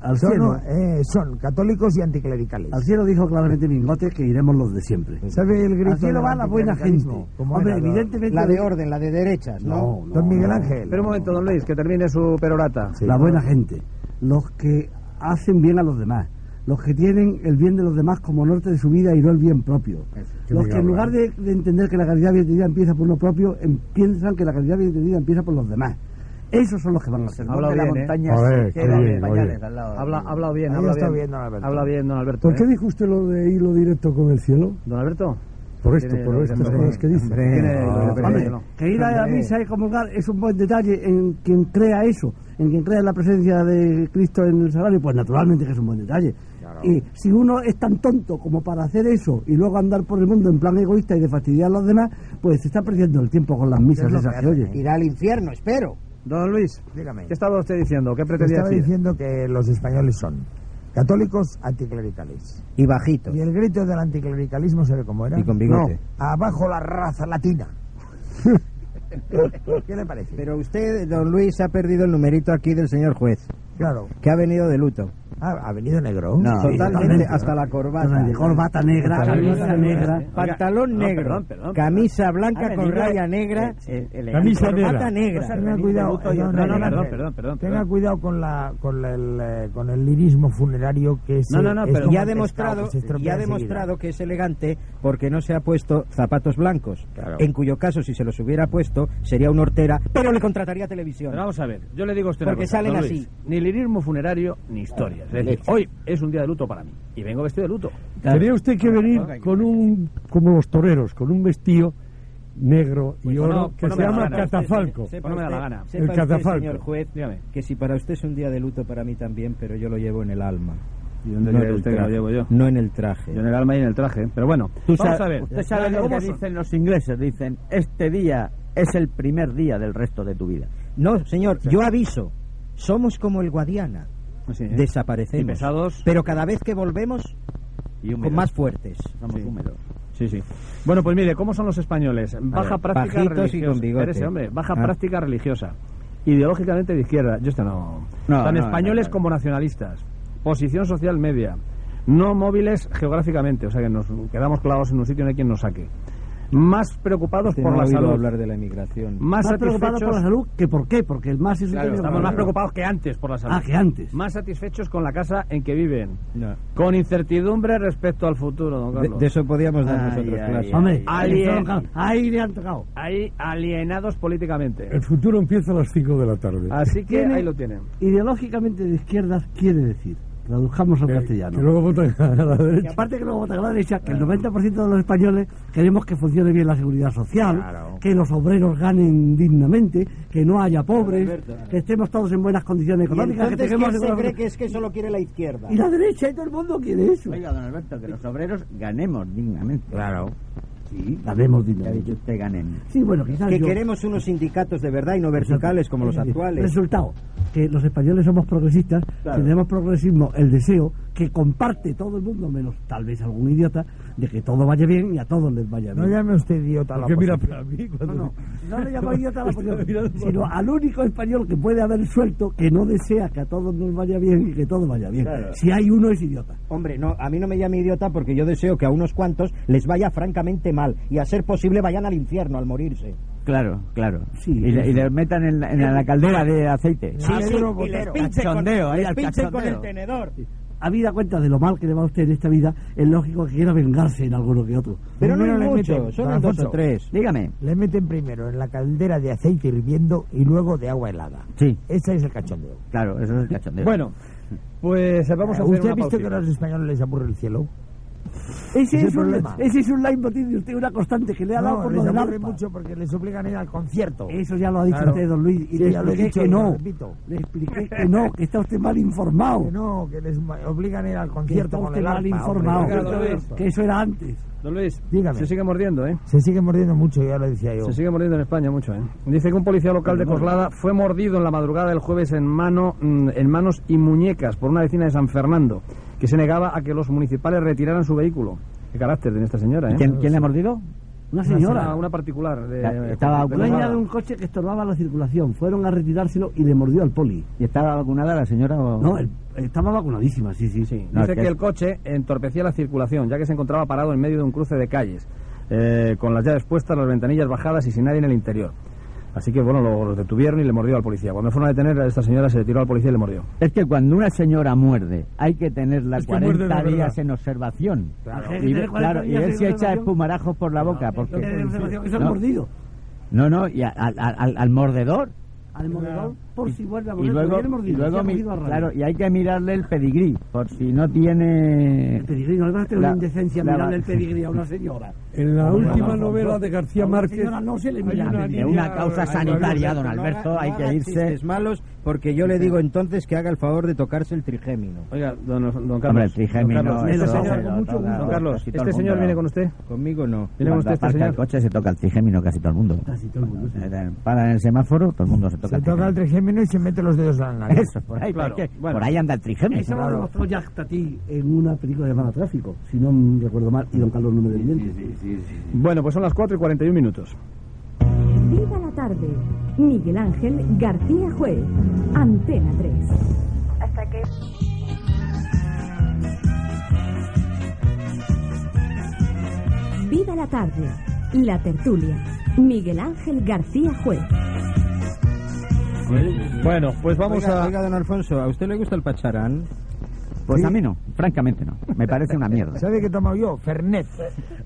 Speaker 14: Al
Speaker 13: son,
Speaker 14: cielo.
Speaker 13: eh, son católicos y anticlericales.
Speaker 14: Al cielo dijo claramente Mingote que iremos los de siempre.
Speaker 13: ¿Sabe el
Speaker 11: Ah,
Speaker 13: grito
Speaker 14: Al cielo
Speaker 13: del
Speaker 14: va la buena
Speaker 13: anticlericalismo?
Speaker 14: gente.
Speaker 13: ¿Cómo
Speaker 14: Hombre,
Speaker 13: era?
Speaker 14: evidentemente...
Speaker 11: La de orden, la de derechas, ¿no?
Speaker 14: Don Miguel Ángel.
Speaker 4: Oh, Pero un momento, don Luis, que termine su perorata.
Speaker 14: la buena gente, los que hacen bien a los demás, los que tienen el bien de los demás como norte de su vida y no el bien propio.
Speaker 4: qué
Speaker 14: Los
Speaker 4: bien
Speaker 14: que en
Speaker 4: habla,
Speaker 14: lugar de, de entender que la calidad bien entendida empieza por lo propio, em- piensan que la calidad bien entendida empieza por los demás. Esos son los que van a ser.
Speaker 4: Ha hablado bien, ¿eh? Habla, ha hablado bien,
Speaker 14: Ahí
Speaker 4: ha hablado
Speaker 14: está
Speaker 4: bien.
Speaker 14: bien, don Alberto.
Speaker 4: Habla bien, don Alberto.
Speaker 15: ¿Por qué
Speaker 4: ¿eh?
Speaker 15: dijo usted lo de hilo directo con el cielo?
Speaker 4: Don Alberto.
Speaker 15: Por esto,
Speaker 4: Tiene-
Speaker 15: por estas
Speaker 4: hombre,
Speaker 15: cosas que dice.
Speaker 4: hombre, tiene- hombre, no.
Speaker 14: Que ir a la misa y comulgar es un buen detalle en quien crea eso, en quien crea en la presencia de Cristo en el salario, pues naturalmente que es un buen detalle. Y si uno es tan tonto como para hacer eso y luego andar por el mundo en plan egoísta y de fastidiar a los demás, pues se está perdiendo el tiempo con las misas esas que oye.
Speaker 11: Irá al infierno, espero.
Speaker 4: Don Luis, ¿qué estaba usted diciendo? ¿Qué pretendía
Speaker 13: Estaba
Speaker 4: decir?
Speaker 13: diciendo que los españoles son católicos anticlericales.
Speaker 11: Y bajito.
Speaker 13: Y el grito del anticlericalismo, ¿sabe cómo era?
Speaker 11: Y con bigote.
Speaker 13: No, abajo la raza latina. ¿Qué le parece?
Speaker 11: Pero usted, don Luis, ha perdido el numerito aquí del señor juez.
Speaker 13: Claro.
Speaker 11: Que ha venido de luto.
Speaker 13: ¿Ha venido negro?
Speaker 11: No,
Speaker 13: Sí,
Speaker 11: totalmente,
Speaker 13: totalmente.
Speaker 11: hasta la corbata.
Speaker 13: Totalmente. Corbata negra,
Speaker 11: Totalmente.
Speaker 13: camisa negra.
Speaker 11: Oiga, pantalón
Speaker 13: no,
Speaker 11: negro,
Speaker 13: perdón, perdón, perdón.
Speaker 11: camisa
Speaker 13: Ha
Speaker 11: blanca
Speaker 13: venido
Speaker 11: con raya
Speaker 13: el-
Speaker 11: negra,
Speaker 13: el- el-
Speaker 11: camisa corbata
Speaker 13: O
Speaker 11: negra.
Speaker 13: sea, tenga cuidado, eh, don Miguel Ángel, Tenga cuidado con la con la- el eh, con el lirismo funerario que es
Speaker 11: No, no, no,
Speaker 13: es
Speaker 11: pero
Speaker 13: como
Speaker 11: ya ha
Speaker 13: el
Speaker 11: demostrado,
Speaker 13: pescado que se estropea
Speaker 11: ya ha
Speaker 13: enseguida.
Speaker 11: demostrado que es elegante porque no se ha puesto zapatos blancos. En cuyo caso, si se los hubiera puesto, sería una hortera, pero le contrataría televisión.
Speaker 4: Pero vamos a ver, yo le digo a usted una
Speaker 11: Porque
Speaker 4: cosa,
Speaker 11: salen
Speaker 4: don
Speaker 11: así.
Speaker 4: Luis, ni lirismo funerario ni historias. Es decir,
Speaker 15: Leche.
Speaker 4: hoy es un día de luto para mí y vengo vestido de luto.
Speaker 15: Tenía usted que venir con un, como los toreros, con un vestido negro y
Speaker 4: Pues
Speaker 15: oro
Speaker 4: no,
Speaker 15: que
Speaker 4: no
Speaker 15: se
Speaker 4: me da la
Speaker 15: llama
Speaker 4: gana.
Speaker 15: catafalco.
Speaker 4: Sepa No me da la gana.
Speaker 15: El catafalco.
Speaker 11: señor juez, que si para usted es un día de luto, para mí también, pero yo lo llevo en el alma.
Speaker 4: ¿Y dónde
Speaker 11: no en
Speaker 4: cree
Speaker 11: el
Speaker 4: usted que lo
Speaker 11: traje.
Speaker 4: llevo yo?
Speaker 11: No en el traje.
Speaker 4: Yo en el alma y en el traje, pero bueno,
Speaker 12: Tú
Speaker 4: vamos
Speaker 12: sa-
Speaker 4: a ver.
Speaker 12: Usted sabe lo que dicen los ingleses. Dicen, este día es el primer día del resto de tu vida.
Speaker 11: No, señor, yo aviso. Somos como el Guadiana.
Speaker 4: Sí, ¿eh?
Speaker 11: Desaparecemos.
Speaker 4: Y pesados.
Speaker 11: Pero cada vez que volvemos,
Speaker 4: Y húmedos.
Speaker 11: con más fuertes.
Speaker 4: Sí. Sí, sí. Bueno, pues mire, ¿cómo son los españoles? Baja
Speaker 11: ver,
Speaker 4: práctica
Speaker 11: bajitos y
Speaker 4: religiosa.
Speaker 11: con bigote.
Speaker 4: Espérese, hombre, baja
Speaker 11: Ah.
Speaker 4: práctica religiosa. Ideológicamente de izquierda. Yo esto no.
Speaker 11: No,
Speaker 4: Tan
Speaker 11: no,
Speaker 4: españoles
Speaker 11: no, no.
Speaker 4: como nacionalistas. Posición social media. No móviles geográficamente, o sea que nos quedamos clavados en un sitio no hay quien nos saque. Más preocupados
Speaker 11: Usted
Speaker 4: por
Speaker 11: no ha
Speaker 4: la
Speaker 11: oído
Speaker 4: salud.
Speaker 11: hablar de la emigración.
Speaker 4: Más,
Speaker 14: Más preocupados por la
Speaker 4: satisfechos-
Speaker 14: salud que por qué, porque el más es un
Speaker 4: Claro,
Speaker 14: término
Speaker 4: estamos más
Speaker 14: malo.
Speaker 4: preocupados que antes por la salud.
Speaker 14: Ah, que antes.
Speaker 4: Más satisfechos con la casa en que viven.
Speaker 11: No.
Speaker 4: Con incertidumbre respecto al futuro, don
Speaker 11: De,
Speaker 4: Carlos.
Speaker 11: de eso podíamos dar
Speaker 4: Ay,
Speaker 11: nosotros
Speaker 4: ay,
Speaker 11: clase.
Speaker 4: ay, Hombre, ay, ay.
Speaker 14: Don Carlos, Ahí le han tocado.
Speaker 4: Ahí alienados políticamente.
Speaker 15: El futuro empieza a las 5 de la tarde.
Speaker 4: Así que
Speaker 14: Tiene-
Speaker 4: ahí lo tienen.
Speaker 14: Ideológicamente de izquierdas quiere decir Tradujamos al castellano.
Speaker 15: que luego votan a la derecha.
Speaker 14: Que aparte que luego votan a la derecha, que el 90% de los españoles queremos que funcione bien la seguridad social,
Speaker 15: Claro.
Speaker 14: que los obreros ganen dignamente, que no haya pobres, que estemos todos en buenas condiciones
Speaker 10: Y
Speaker 14: económicas, que
Speaker 10: entonces,
Speaker 14: tengamos...
Speaker 10: ¿quién se cree que es que eso lo quiere la izquierda?
Speaker 14: Y la derecha, y todo el mundo quiere eso.
Speaker 12: Oiga, don Alberto, que los obreros ganemos dignamente.
Speaker 10: Claro.
Speaker 12: Sí.
Speaker 14: Ganemos dignamente.
Speaker 12: Ha dicho usted ganen.
Speaker 14: Sí, bueno, quizás
Speaker 11: Que
Speaker 14: yo-
Speaker 11: queremos unos sindicatos de verdad y no verticales como los actuales.
Speaker 14: Resultado, que los españoles somos progresistas,
Speaker 11: Claro.
Speaker 14: tenemos progresismo, el deseo que comparte todo el mundo, menos tal vez algún idiota, de que todo vaya bien y a todos les vaya bien.
Speaker 13: No llame usted idiota a la
Speaker 14: Porque mira
Speaker 13: oposición.
Speaker 14: para mí cuando- No, no le llamo idiota a la oposición, sino al único español que puede haber suelto que no desea que a todos nos vaya bien y que todo vaya bien.
Speaker 11: Claro.
Speaker 14: Si hay uno es idiota.
Speaker 11: Hombre, no, a mí no me llame idiota porque yo deseo que a unos cuantos les vaya francamente mal y a ser posible vayan al infierno al morirse.
Speaker 12: Claro, claro.
Speaker 11: Sí,
Speaker 12: y, le,
Speaker 11: eso.
Speaker 12: y le metan en la, en la caldera de aceite.
Speaker 11: Sí, Ah, sí, y les pinchen con,
Speaker 12: Cachondeo, ahí
Speaker 11: les
Speaker 12: al
Speaker 11: pinchen con el
Speaker 12: cachondeo.
Speaker 11: tenedor.
Speaker 14: Habida cuenta de lo mal que le va a usted en esta vida, es lógico que quiera vengarse en alguno que otro.
Speaker 11: Pero no
Speaker 13: Primero
Speaker 11: hay
Speaker 13: le
Speaker 11: muchos,
Speaker 13: meten-
Speaker 11: son
Speaker 13: don
Speaker 11: en dos
Speaker 13: Alfonso,
Speaker 11: o tres.
Speaker 12: Dígame.
Speaker 13: Le meten primero en la caldera de aceite hirviendo y luego de agua helada.
Speaker 12: Sí.
Speaker 13: Ese es el cachondeo.
Speaker 12: Claro, eso es el cachondeo.
Speaker 13: Bueno,
Speaker 4: pues
Speaker 12: vamos a hacer
Speaker 13: ¿Usted
Speaker 12: una
Speaker 13: ha visto
Speaker 12: pausita.
Speaker 13: que a los españoles les aburre el cielo?
Speaker 14: Ese es, un,
Speaker 13: problema.
Speaker 14: ese es un leitmotiv de usted, una constante que le ha dado
Speaker 13: no,
Speaker 14: por
Speaker 13: les
Speaker 14: lo del
Speaker 13: aburre
Speaker 14: arpa.
Speaker 13: mucho porque les obligan a ir al concierto.
Speaker 14: Eso ya lo ha dicho
Speaker 13: Claro.
Speaker 14: usted, don Luis. Y
Speaker 13: Sí,
Speaker 14: le
Speaker 13: ya lo he
Speaker 14: expliqué
Speaker 13: dicho
Speaker 14: que
Speaker 13: y lo
Speaker 14: no.
Speaker 13: repito.
Speaker 14: Le expliqué que no, que está usted mal informado.
Speaker 13: Que no, que les ma- obligan a ir al
Speaker 14: que
Speaker 13: concierto
Speaker 14: está
Speaker 13: con
Speaker 14: usted
Speaker 13: el
Speaker 14: mal
Speaker 13: arpa,
Speaker 14: informado.
Speaker 13: hombre.
Speaker 14: que eso era antes.
Speaker 4: Don Luis,
Speaker 13: Dígame.
Speaker 4: se sigue mordiendo, ¿eh?
Speaker 13: Se sigue mordiendo mucho, ya lo decía yo.
Speaker 4: Se sigue mordiendo en España mucho, ¿eh? Dice que un policía local de Coslada fue mordido en la madrugada del jueves en, mano, mm, en manos y muñecas por una vecina de San Fernando que se negaba a que los municipales retiraran su vehículo. Qué carácter tiene esta señora, ¿eh?
Speaker 12: ¿Quién, quién le ha mordido?
Speaker 14: Una señora.
Speaker 4: Una, particular. De,
Speaker 12: Ya, estaba
Speaker 4: de
Speaker 14: Dueña
Speaker 4: Coslada.
Speaker 14: de un coche que estorbaba la circulación. Fueron a retirárselo y le mordió al poli.
Speaker 12: ¿Y estaba vacunada la señora? O...
Speaker 14: No, el- estaba vacunadísima, sí, sí.
Speaker 4: Sí,
Speaker 12: No,
Speaker 4: Dice
Speaker 12: es que-
Speaker 4: que el coche entorpecía la circulación, ya que se encontraba parado en medio de un cruce de calles, eh, con las llaves puestas, las ventanillas bajadas y sin nadie en el interior. Así que, bueno, lo, lo detuvieron y le mordió al policía. Cuando fueron a detener a esta señora, se le tiró al policía y le mordió.
Speaker 12: Es que cuando una señora muerde, hay que tenerla
Speaker 4: Es que muerde de
Speaker 12: 40
Speaker 4: verdad.
Speaker 12: días en observación.
Speaker 4: Claro.
Speaker 12: Y, ve- claro, y ver si echa espumarajos por la boca.
Speaker 14: Que
Speaker 12: Porque,
Speaker 14: de observación que se han
Speaker 12: no,
Speaker 14: mordido.
Speaker 12: no, no, y a- al, al- al mordedor.
Speaker 14: Al mordedor, por si vuelve a
Speaker 12: Y
Speaker 14: morder.
Speaker 12: luego, y
Speaker 14: Ah, porque viene mordido,
Speaker 12: luego
Speaker 14: se ha
Speaker 12: mi-
Speaker 14: mordido al rabo.
Speaker 12: claro, y hay que mirarle el pedigrí, por si no tiene...
Speaker 14: El pedigrí, no le va a hacer una
Speaker 12: La-
Speaker 14: indecencia
Speaker 12: la-
Speaker 14: mirarle el pedigrí a una señora.
Speaker 15: En la
Speaker 14: Hombre,
Speaker 15: última
Speaker 14: vamos,
Speaker 15: novela
Speaker 14: vamos.
Speaker 15: de García
Speaker 14: A una
Speaker 15: Márquez
Speaker 14: señora no se le mira
Speaker 15: hay una
Speaker 14: el
Speaker 12: De
Speaker 15: línea-
Speaker 12: una causa
Speaker 15: hay
Speaker 12: sanitaria,
Speaker 15: una-
Speaker 12: don Alberto,
Speaker 11: haga-
Speaker 12: hay
Speaker 11: no
Speaker 12: que
Speaker 11: haga
Speaker 12: irse...
Speaker 11: chistes malos porque yo le digo entonces que haga el favor de tocarse el trigémino.
Speaker 4: Oiga, don, don
Speaker 12: Hombre,
Speaker 4: Carlos.
Speaker 12: el
Speaker 4: don Carlos,
Speaker 12: trigémino...
Speaker 4: este
Speaker 12: eso,
Speaker 4: señor-
Speaker 12: pero
Speaker 4: mucho-
Speaker 12: todo-
Speaker 4: don Carlos,
Speaker 12: casi todo
Speaker 4: ¿este
Speaker 12: el
Speaker 4: señor
Speaker 12: mundo.
Speaker 4: viene con usted?
Speaker 11: Conmigo no.
Speaker 4: ¿Viene con
Speaker 12: Cuando
Speaker 4: usted
Speaker 12: aparca
Speaker 4: este
Speaker 12: el
Speaker 4: señor?
Speaker 12: coche se toca el trigémino casi todo el mundo.
Speaker 14: Casi todo el mundo, sí.
Speaker 12: Eh, Para en el semáforo, todo el mundo se toca
Speaker 13: Se
Speaker 12: el
Speaker 13: toca el trigémino y se mete los dedos a
Speaker 12: trigémino.
Speaker 13: la nariz.
Speaker 12: Eso, por ahí,
Speaker 13: Claro,
Speaker 12: porque
Speaker 13: bueno.
Speaker 12: por ahí anda el trigémino.
Speaker 14: Eso lo
Speaker 12: Claro.
Speaker 14: demostró Jack Tati en una película llamada Tráfico, si no me recuerdo mal, y don Carlos no me desmiente.
Speaker 4: Bueno, pues son las 4 y 41 minutos.
Speaker 3: Viva la tarde. Miguel Ángel García Juez. Antena 3.
Speaker 16: Hasta que.
Speaker 3: Viva la tarde. La tertulia. Miguel Ángel García Juez.
Speaker 4: Bueno, pues vamos
Speaker 11: Oiga,
Speaker 4: a...
Speaker 11: Oiga, don Alfonso, ¿a usted le gusta el pacharán?
Speaker 12: Pues
Speaker 11: Sí.
Speaker 12: a mí no, francamente no. Me parece una mierda.
Speaker 13: ¿Sabe qué he tomado yo? Fernet.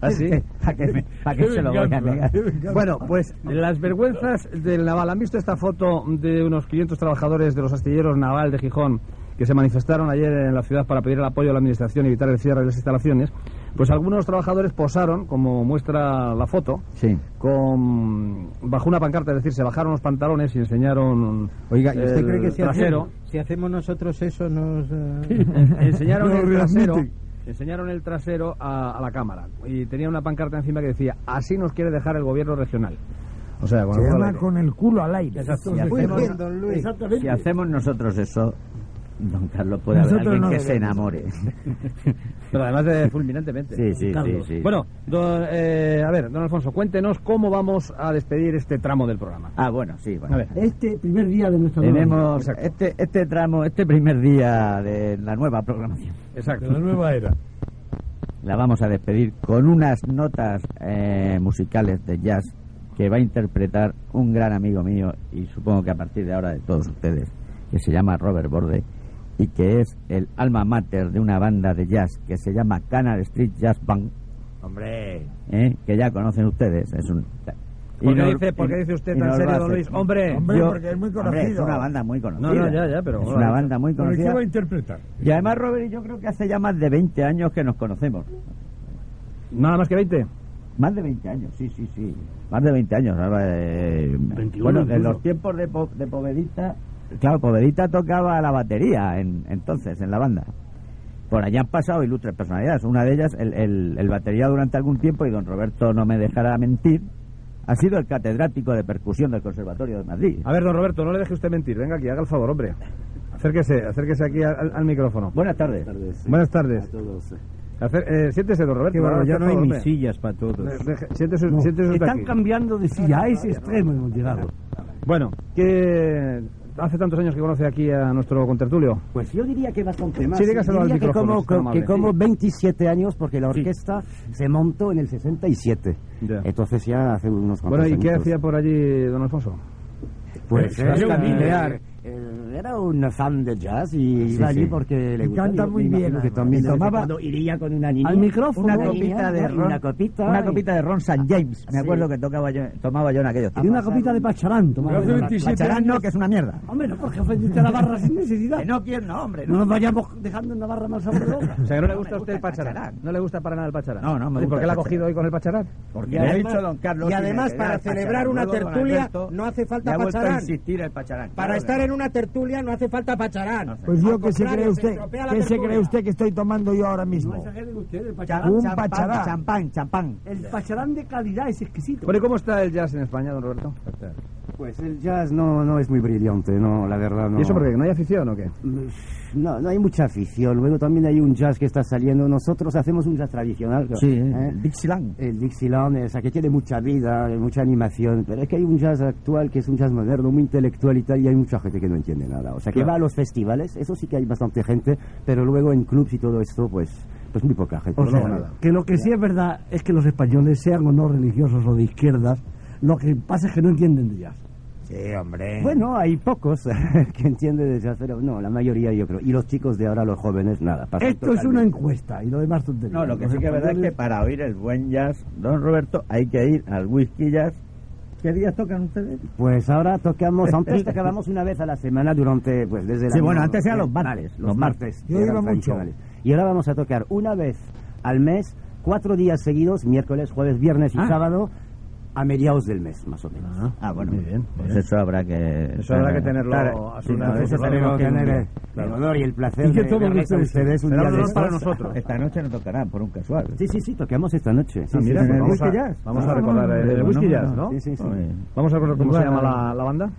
Speaker 12: Ah,
Speaker 4: ¿Así?
Speaker 12: ¿Para qué, me- pa' qué se lo voy a negar?
Speaker 4: Bueno, pues las vergüenzas del naval. ¿Han visto esta foto de unos 500 trabajadores de los astilleros naval de Gijón que se manifestaron ayer en la ciudad para pedir el apoyo de la administración y evitar el cierre de las instalaciones? Pues algunos trabajadores posaron, como muestra la foto,
Speaker 12: Sí.
Speaker 4: con bajo una pancarta, es decir, se bajaron los pantalones y enseñaron.
Speaker 11: Oiga, ¿y usted
Speaker 4: el
Speaker 11: cree que si, hace-
Speaker 4: trasero?
Speaker 11: si hacemos nosotros eso nos... eh,
Speaker 4: enseñaron
Speaker 11: No,
Speaker 4: el
Speaker 11: realmente.
Speaker 4: trasero enseñaron el trasero a, a la cámara y tenía una pancarta encima que decía así nos quiere dejar el gobierno regional o sea con
Speaker 13: Se
Speaker 4: el cual-
Speaker 13: llama con el culo al aire.
Speaker 4: Exacto.
Speaker 12: Si
Speaker 13: Muy
Speaker 12: hacemos,
Speaker 13: bien, don Luis. Exactamente.
Speaker 12: si hacemos nosotros eso, don Carlos, puede haber
Speaker 13: Nosotros
Speaker 12: alguien
Speaker 13: no
Speaker 12: que se
Speaker 13: debemos.
Speaker 12: enamore.
Speaker 4: pero además de fulminantemente
Speaker 12: Sí, sí, sí, sí.
Speaker 4: bueno don- eh, a ver don Alfonso cuéntenos cómo vamos a despedir este tramo del programa
Speaker 12: Ah, bueno, sí, bueno.
Speaker 4: a ver
Speaker 14: Este primer día de nuestra nueva
Speaker 12: Tenemos este, este tramo, este primer día de la nueva programación.
Speaker 4: exacto
Speaker 15: La nueva era.
Speaker 12: La vamos a despedir con unas notas eh, musicales de jazz que va a interpretar un gran amigo mío y supongo que a partir de ahora de todos ustedes, que se llama Robert Borde y que es el alma mater de una banda de jazz que se llama Canal Street Jazz Band,
Speaker 13: Hombre.
Speaker 12: ¿eh? que ya conocen ustedes. Es un, Y
Speaker 16: ¿Por qué,
Speaker 12: no-
Speaker 16: dice, por qué
Speaker 12: y-
Speaker 16: dice usted
Speaker 12: y
Speaker 16: tan
Speaker 12: no
Speaker 16: serio,
Speaker 12: lo
Speaker 16: don
Speaker 12: hace.
Speaker 16: Luis? Hombre,
Speaker 12: Yo- hombre, es una banda muy conocida.
Speaker 16: No, no, ya, ya, pero.
Speaker 12: Es una banda muy
Speaker 16: ¿Pero
Speaker 12: conocida.
Speaker 16: qué va a
Speaker 15: interpretar?
Speaker 12: Y además, Robert, yo creo que hace ya más de 20 años que nos conocemos.
Speaker 4: ¿Nada más que 20?
Speaker 12: Más de 20 años, sí, sí, sí. Más de 20 años. ahora, eh, bueno, en los tiempos de, Po- de Povedita, claro, Povedita tocaba la batería en- entonces en la banda. Por allá han pasado ilustres personalidades. Una de ellas, el, el- el batería durante algún tiempo, y don Roberto no me dejará mentir, ha sido el catedrático de percusión del Conservatorio de Madrid.
Speaker 4: A ver, don Roberto, no le deje usted mentir. Venga aquí, haga el favor, hombre. Acérquese, acérquese aquí al, al micrófono.
Speaker 12: Buenas tardes.
Speaker 4: Buenas tardes. Acer- eh, siéntese, don Roberto.
Speaker 11: Qué barbaridad,
Speaker 4: Por
Speaker 11: no hay
Speaker 4: favor,
Speaker 11: ni
Speaker 4: hombre.
Speaker 11: sillas para todos.
Speaker 4: De- deje- siéntese- siéntese usted
Speaker 14: Están
Speaker 4: aquí.
Speaker 14: cambiando de silla, a ese extremo hemos llegado.
Speaker 4: Bueno, que hace tantos años que conoce aquí a nuestro contertulio.
Speaker 10: Pues yo diría que bastante más.
Speaker 4: Sí, dígaselo al
Speaker 10: diría que
Speaker 4: micrófono,
Speaker 10: como,
Speaker 4: si es tan amable.
Speaker 10: que como 27 años, porque la orquesta se montó en el 67. Entonces ya hace unos cuantos
Speaker 4: Bueno, ¿y qué
Speaker 10: añitos.
Speaker 4: hacía por allí don Alfonso?
Speaker 10: Pues
Speaker 4: Eh,
Speaker 10: era,
Speaker 4: era un
Speaker 10: era, era un fan de jazz y
Speaker 4: Sí,
Speaker 10: iba allí
Speaker 4: sí.
Speaker 10: porque le
Speaker 4: Y
Speaker 10: gustaba.
Speaker 4: canta
Speaker 10: Yo
Speaker 4: muy
Speaker 10: me
Speaker 4: bien,
Speaker 10: imagino que
Speaker 4: además.
Speaker 10: también
Speaker 4: Y
Speaker 10: de vez en
Speaker 4: tomaba-
Speaker 10: cuando iría con una niña.
Speaker 12: Al micrófono.
Speaker 10: Una
Speaker 12: Una
Speaker 10: copita
Speaker 12: copita
Speaker 10: de
Speaker 12: de
Speaker 10: ron.
Speaker 12: ron.
Speaker 10: Una copita.
Speaker 12: Una
Speaker 10: y- Ah,
Speaker 12: copita de ron San James. Me
Speaker 10: Sí.
Speaker 12: acuerdo que tocaba yo, tomaba yo en aquellos
Speaker 10: Y
Speaker 12: tiempos.
Speaker 10: una copita de pacharán. tomaba.
Speaker 12: Hace 27 Pacharán no, que es una mierda.
Speaker 10: Hombre, no, porque ofendiste a la barra sin necesidad.
Speaker 12: no, quiero, no, hombre.
Speaker 10: No nos vayamos dejando una barra más sobre la otra.
Speaker 4: O sea, que no le gusta a usted el pacharán. No le gusta para nada el pacharán.
Speaker 12: No, no, Ah, me
Speaker 4: ¿Y por
Speaker 12: gusta
Speaker 4: qué la ha
Speaker 12: el
Speaker 4: cogido hoy con el pacharán?
Speaker 12: Porque le ha dicho don Carlos.
Speaker 10: y además, para celebrar una tertulia, no hace falta
Speaker 12: Para
Speaker 10: pacharán.
Speaker 12: insistir el pacharán.
Speaker 10: Para estar en una tertulia no hace falta pacharán.
Speaker 13: Pues yo,
Speaker 10: Al
Speaker 13: ¿qué se cree
Speaker 10: contrario,
Speaker 13: usted?
Speaker 10: estropea la
Speaker 13: ¿Qué se
Speaker 10: tertulia.
Speaker 13: cree usted que estoy tomando yo ahora mismo?
Speaker 10: pacharán.
Speaker 13: Un
Speaker 10: Champán,
Speaker 13: pacharán.
Speaker 12: Champán, champán.
Speaker 10: El pacharán de calidad es exquisito.
Speaker 4: Bueno, ¿y cómo está el jazz en España, don Roberto?
Speaker 17: Pues el jazz no, no es muy brillante, no, la verdad no.
Speaker 4: ¿Y eso por qué? ¿No hay afición o qué?
Speaker 17: No, no hay mucha afición. Luego también hay un jazz que está saliendo. Nosotros hacemos un jazz tradicional.
Speaker 12: Sí,
Speaker 17: ¿eh?
Speaker 12: Dixieland.
Speaker 17: El Dixieland, o sea, que tiene mucha vida, mucha animación. Pero es que hay un jazz actual que es un jazz moderno, muy intelectual y tal, y hay mucha gente que no entiende nada. O sea, que
Speaker 12: Claro.
Speaker 17: va a los festivales, eso sí que hay bastante gente, pero luego en clubs y todo esto, pues, pues muy poca gente.
Speaker 14: O
Speaker 17: No
Speaker 14: sea,
Speaker 17: luego nada.
Speaker 14: que lo que sí es verdad es que los españoles, sean o no religiosos o de izquierdas, lo que pasa es que no entienden de jazz.
Speaker 13: Sí, hombre.
Speaker 17: Bueno, hay pocos que entienden de jazz, pero no, la mayoría yo creo. Y los chicos de ahora, los jóvenes, nada. pasan
Speaker 14: Esto es
Speaker 17: totalmente.
Speaker 14: una encuesta y lo demás tonterías.
Speaker 12: No, lo que
Speaker 14: Los
Speaker 12: sí que es verdad es que
Speaker 14: españoles-
Speaker 12: para oír el buen jazz, don Roberto, hay que ir al whisky jazz. ¿Qué días tocan ustedes?
Speaker 17: Pues ahora tocamos, antes tocábamos una vez a la semana durante, pues desde la...
Speaker 12: Sí, bueno, antes eran los martes,
Speaker 17: Los
Speaker 12: los
Speaker 17: martes.
Speaker 12: martes.
Speaker 17: que
Speaker 12: Yo
Speaker 17: eran
Speaker 12: iba mucho.
Speaker 17: tradicionales. Y ahora vamos a tocar una vez al mes, cuatro días seguidos, miércoles, jueves, viernes y
Speaker 12: Ah.
Speaker 17: sábado, a mediados del mes, más o menos. Ah,
Speaker 12: bueno. Muy bien. Pues eso habrá que...
Speaker 17: Eso habrá que tenerlo
Speaker 12: Claro,
Speaker 17: a su
Speaker 12: sí,
Speaker 17: lado.
Speaker 12: entonces
Speaker 17: Eso
Speaker 12: tenemos
Speaker 17: habrá que
Speaker 12: que
Speaker 17: tener
Speaker 12: un día.
Speaker 17: el
Speaker 12: Claro.
Speaker 17: honor y el placer Y que de todos verles a ustedes. ustedes un Será día un honor de para estos. nosotros.
Speaker 12: Esta noche no tocarán, por un casual.
Speaker 17: Sí, sí, sí, tocamos esta noche. Sí,
Speaker 12: Ah,
Speaker 17: sí,
Speaker 12: mira,
Speaker 17: sí, sí.
Speaker 12: pues vamos a- vamos a recordar el- el Whisky Jazz, ¿no?
Speaker 17: Sí, sí, sí.
Speaker 12: Muy bien.
Speaker 4: Vamos a recordar cómo se
Speaker 12: Bueno.
Speaker 4: llama la, la banda.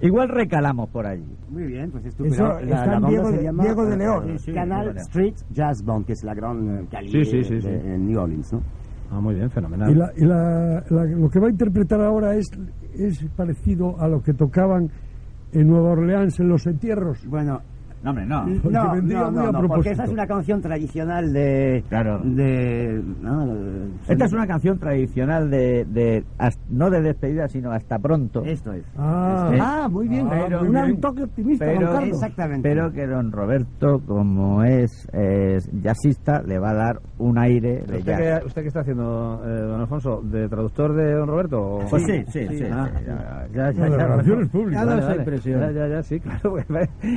Speaker 12: Igual recalamos por allí.
Speaker 17: Muy bien, pues estupendo.
Speaker 12: Eso
Speaker 17: La- la
Speaker 12: está en
Speaker 17: banda
Speaker 12: Diego
Speaker 17: se
Speaker 12: de-
Speaker 17: llama,
Speaker 12: Diego de
Speaker 17: eh,
Speaker 12: León.
Speaker 17: eh,
Speaker 12: Sí, sí,
Speaker 17: Canal
Speaker 12: Diego de León.
Speaker 17: Street Jazz Band, que es la gran eh,
Speaker 15: Sí,
Speaker 17: calibre
Speaker 15: sí, sí,
Speaker 17: de-
Speaker 15: sí.
Speaker 17: de- en New Orleans, ¿no?
Speaker 4: Ah, muy bien, fenomenal.
Speaker 15: Y, la- y la- la- lo que va a interpretar ahora es, es parecido a lo que tocaban en Nueva Orleans en los entierros.
Speaker 17: Bueno,
Speaker 12: No, hombre, no.
Speaker 15: Porque
Speaker 17: no,
Speaker 15: vendría
Speaker 17: no,
Speaker 15: muy
Speaker 17: no,
Speaker 15: a
Speaker 17: no,
Speaker 15: propósito.
Speaker 17: porque esa es una canción tradicional de...
Speaker 12: Claro.
Speaker 17: De... ah, no, de-
Speaker 12: Esta es una canción tradicional de, de as- no de despedida, sino hasta pronto. Esto es.
Speaker 14: Ah,
Speaker 17: este,
Speaker 14: ah, muy bien.
Speaker 12: Pero-
Speaker 14: un un toque optimista, don
Speaker 12: Pero,
Speaker 14: Carlos.
Speaker 12: pero que don Roberto, como es eh, jazzista, le va a dar un aire de
Speaker 4: ¿Usted
Speaker 12: jazz.
Speaker 4: qué, usted qué está haciendo, eh, don Alfonso? ¿De traductor de don Roberto? o-
Speaker 12: Pues sí, sí, sí,
Speaker 4: Ah,
Speaker 12: sí, ya, ya, ya,
Speaker 4: Bueno,
Speaker 12: ya,
Speaker 4: las
Speaker 12: bueno.
Speaker 4: relaciones públicas.
Speaker 12: Ya no
Speaker 4: Vale,
Speaker 12: soy
Speaker 4: vale.
Speaker 12: presión.
Speaker 4: Ya, ya, ya, sí, claro. porque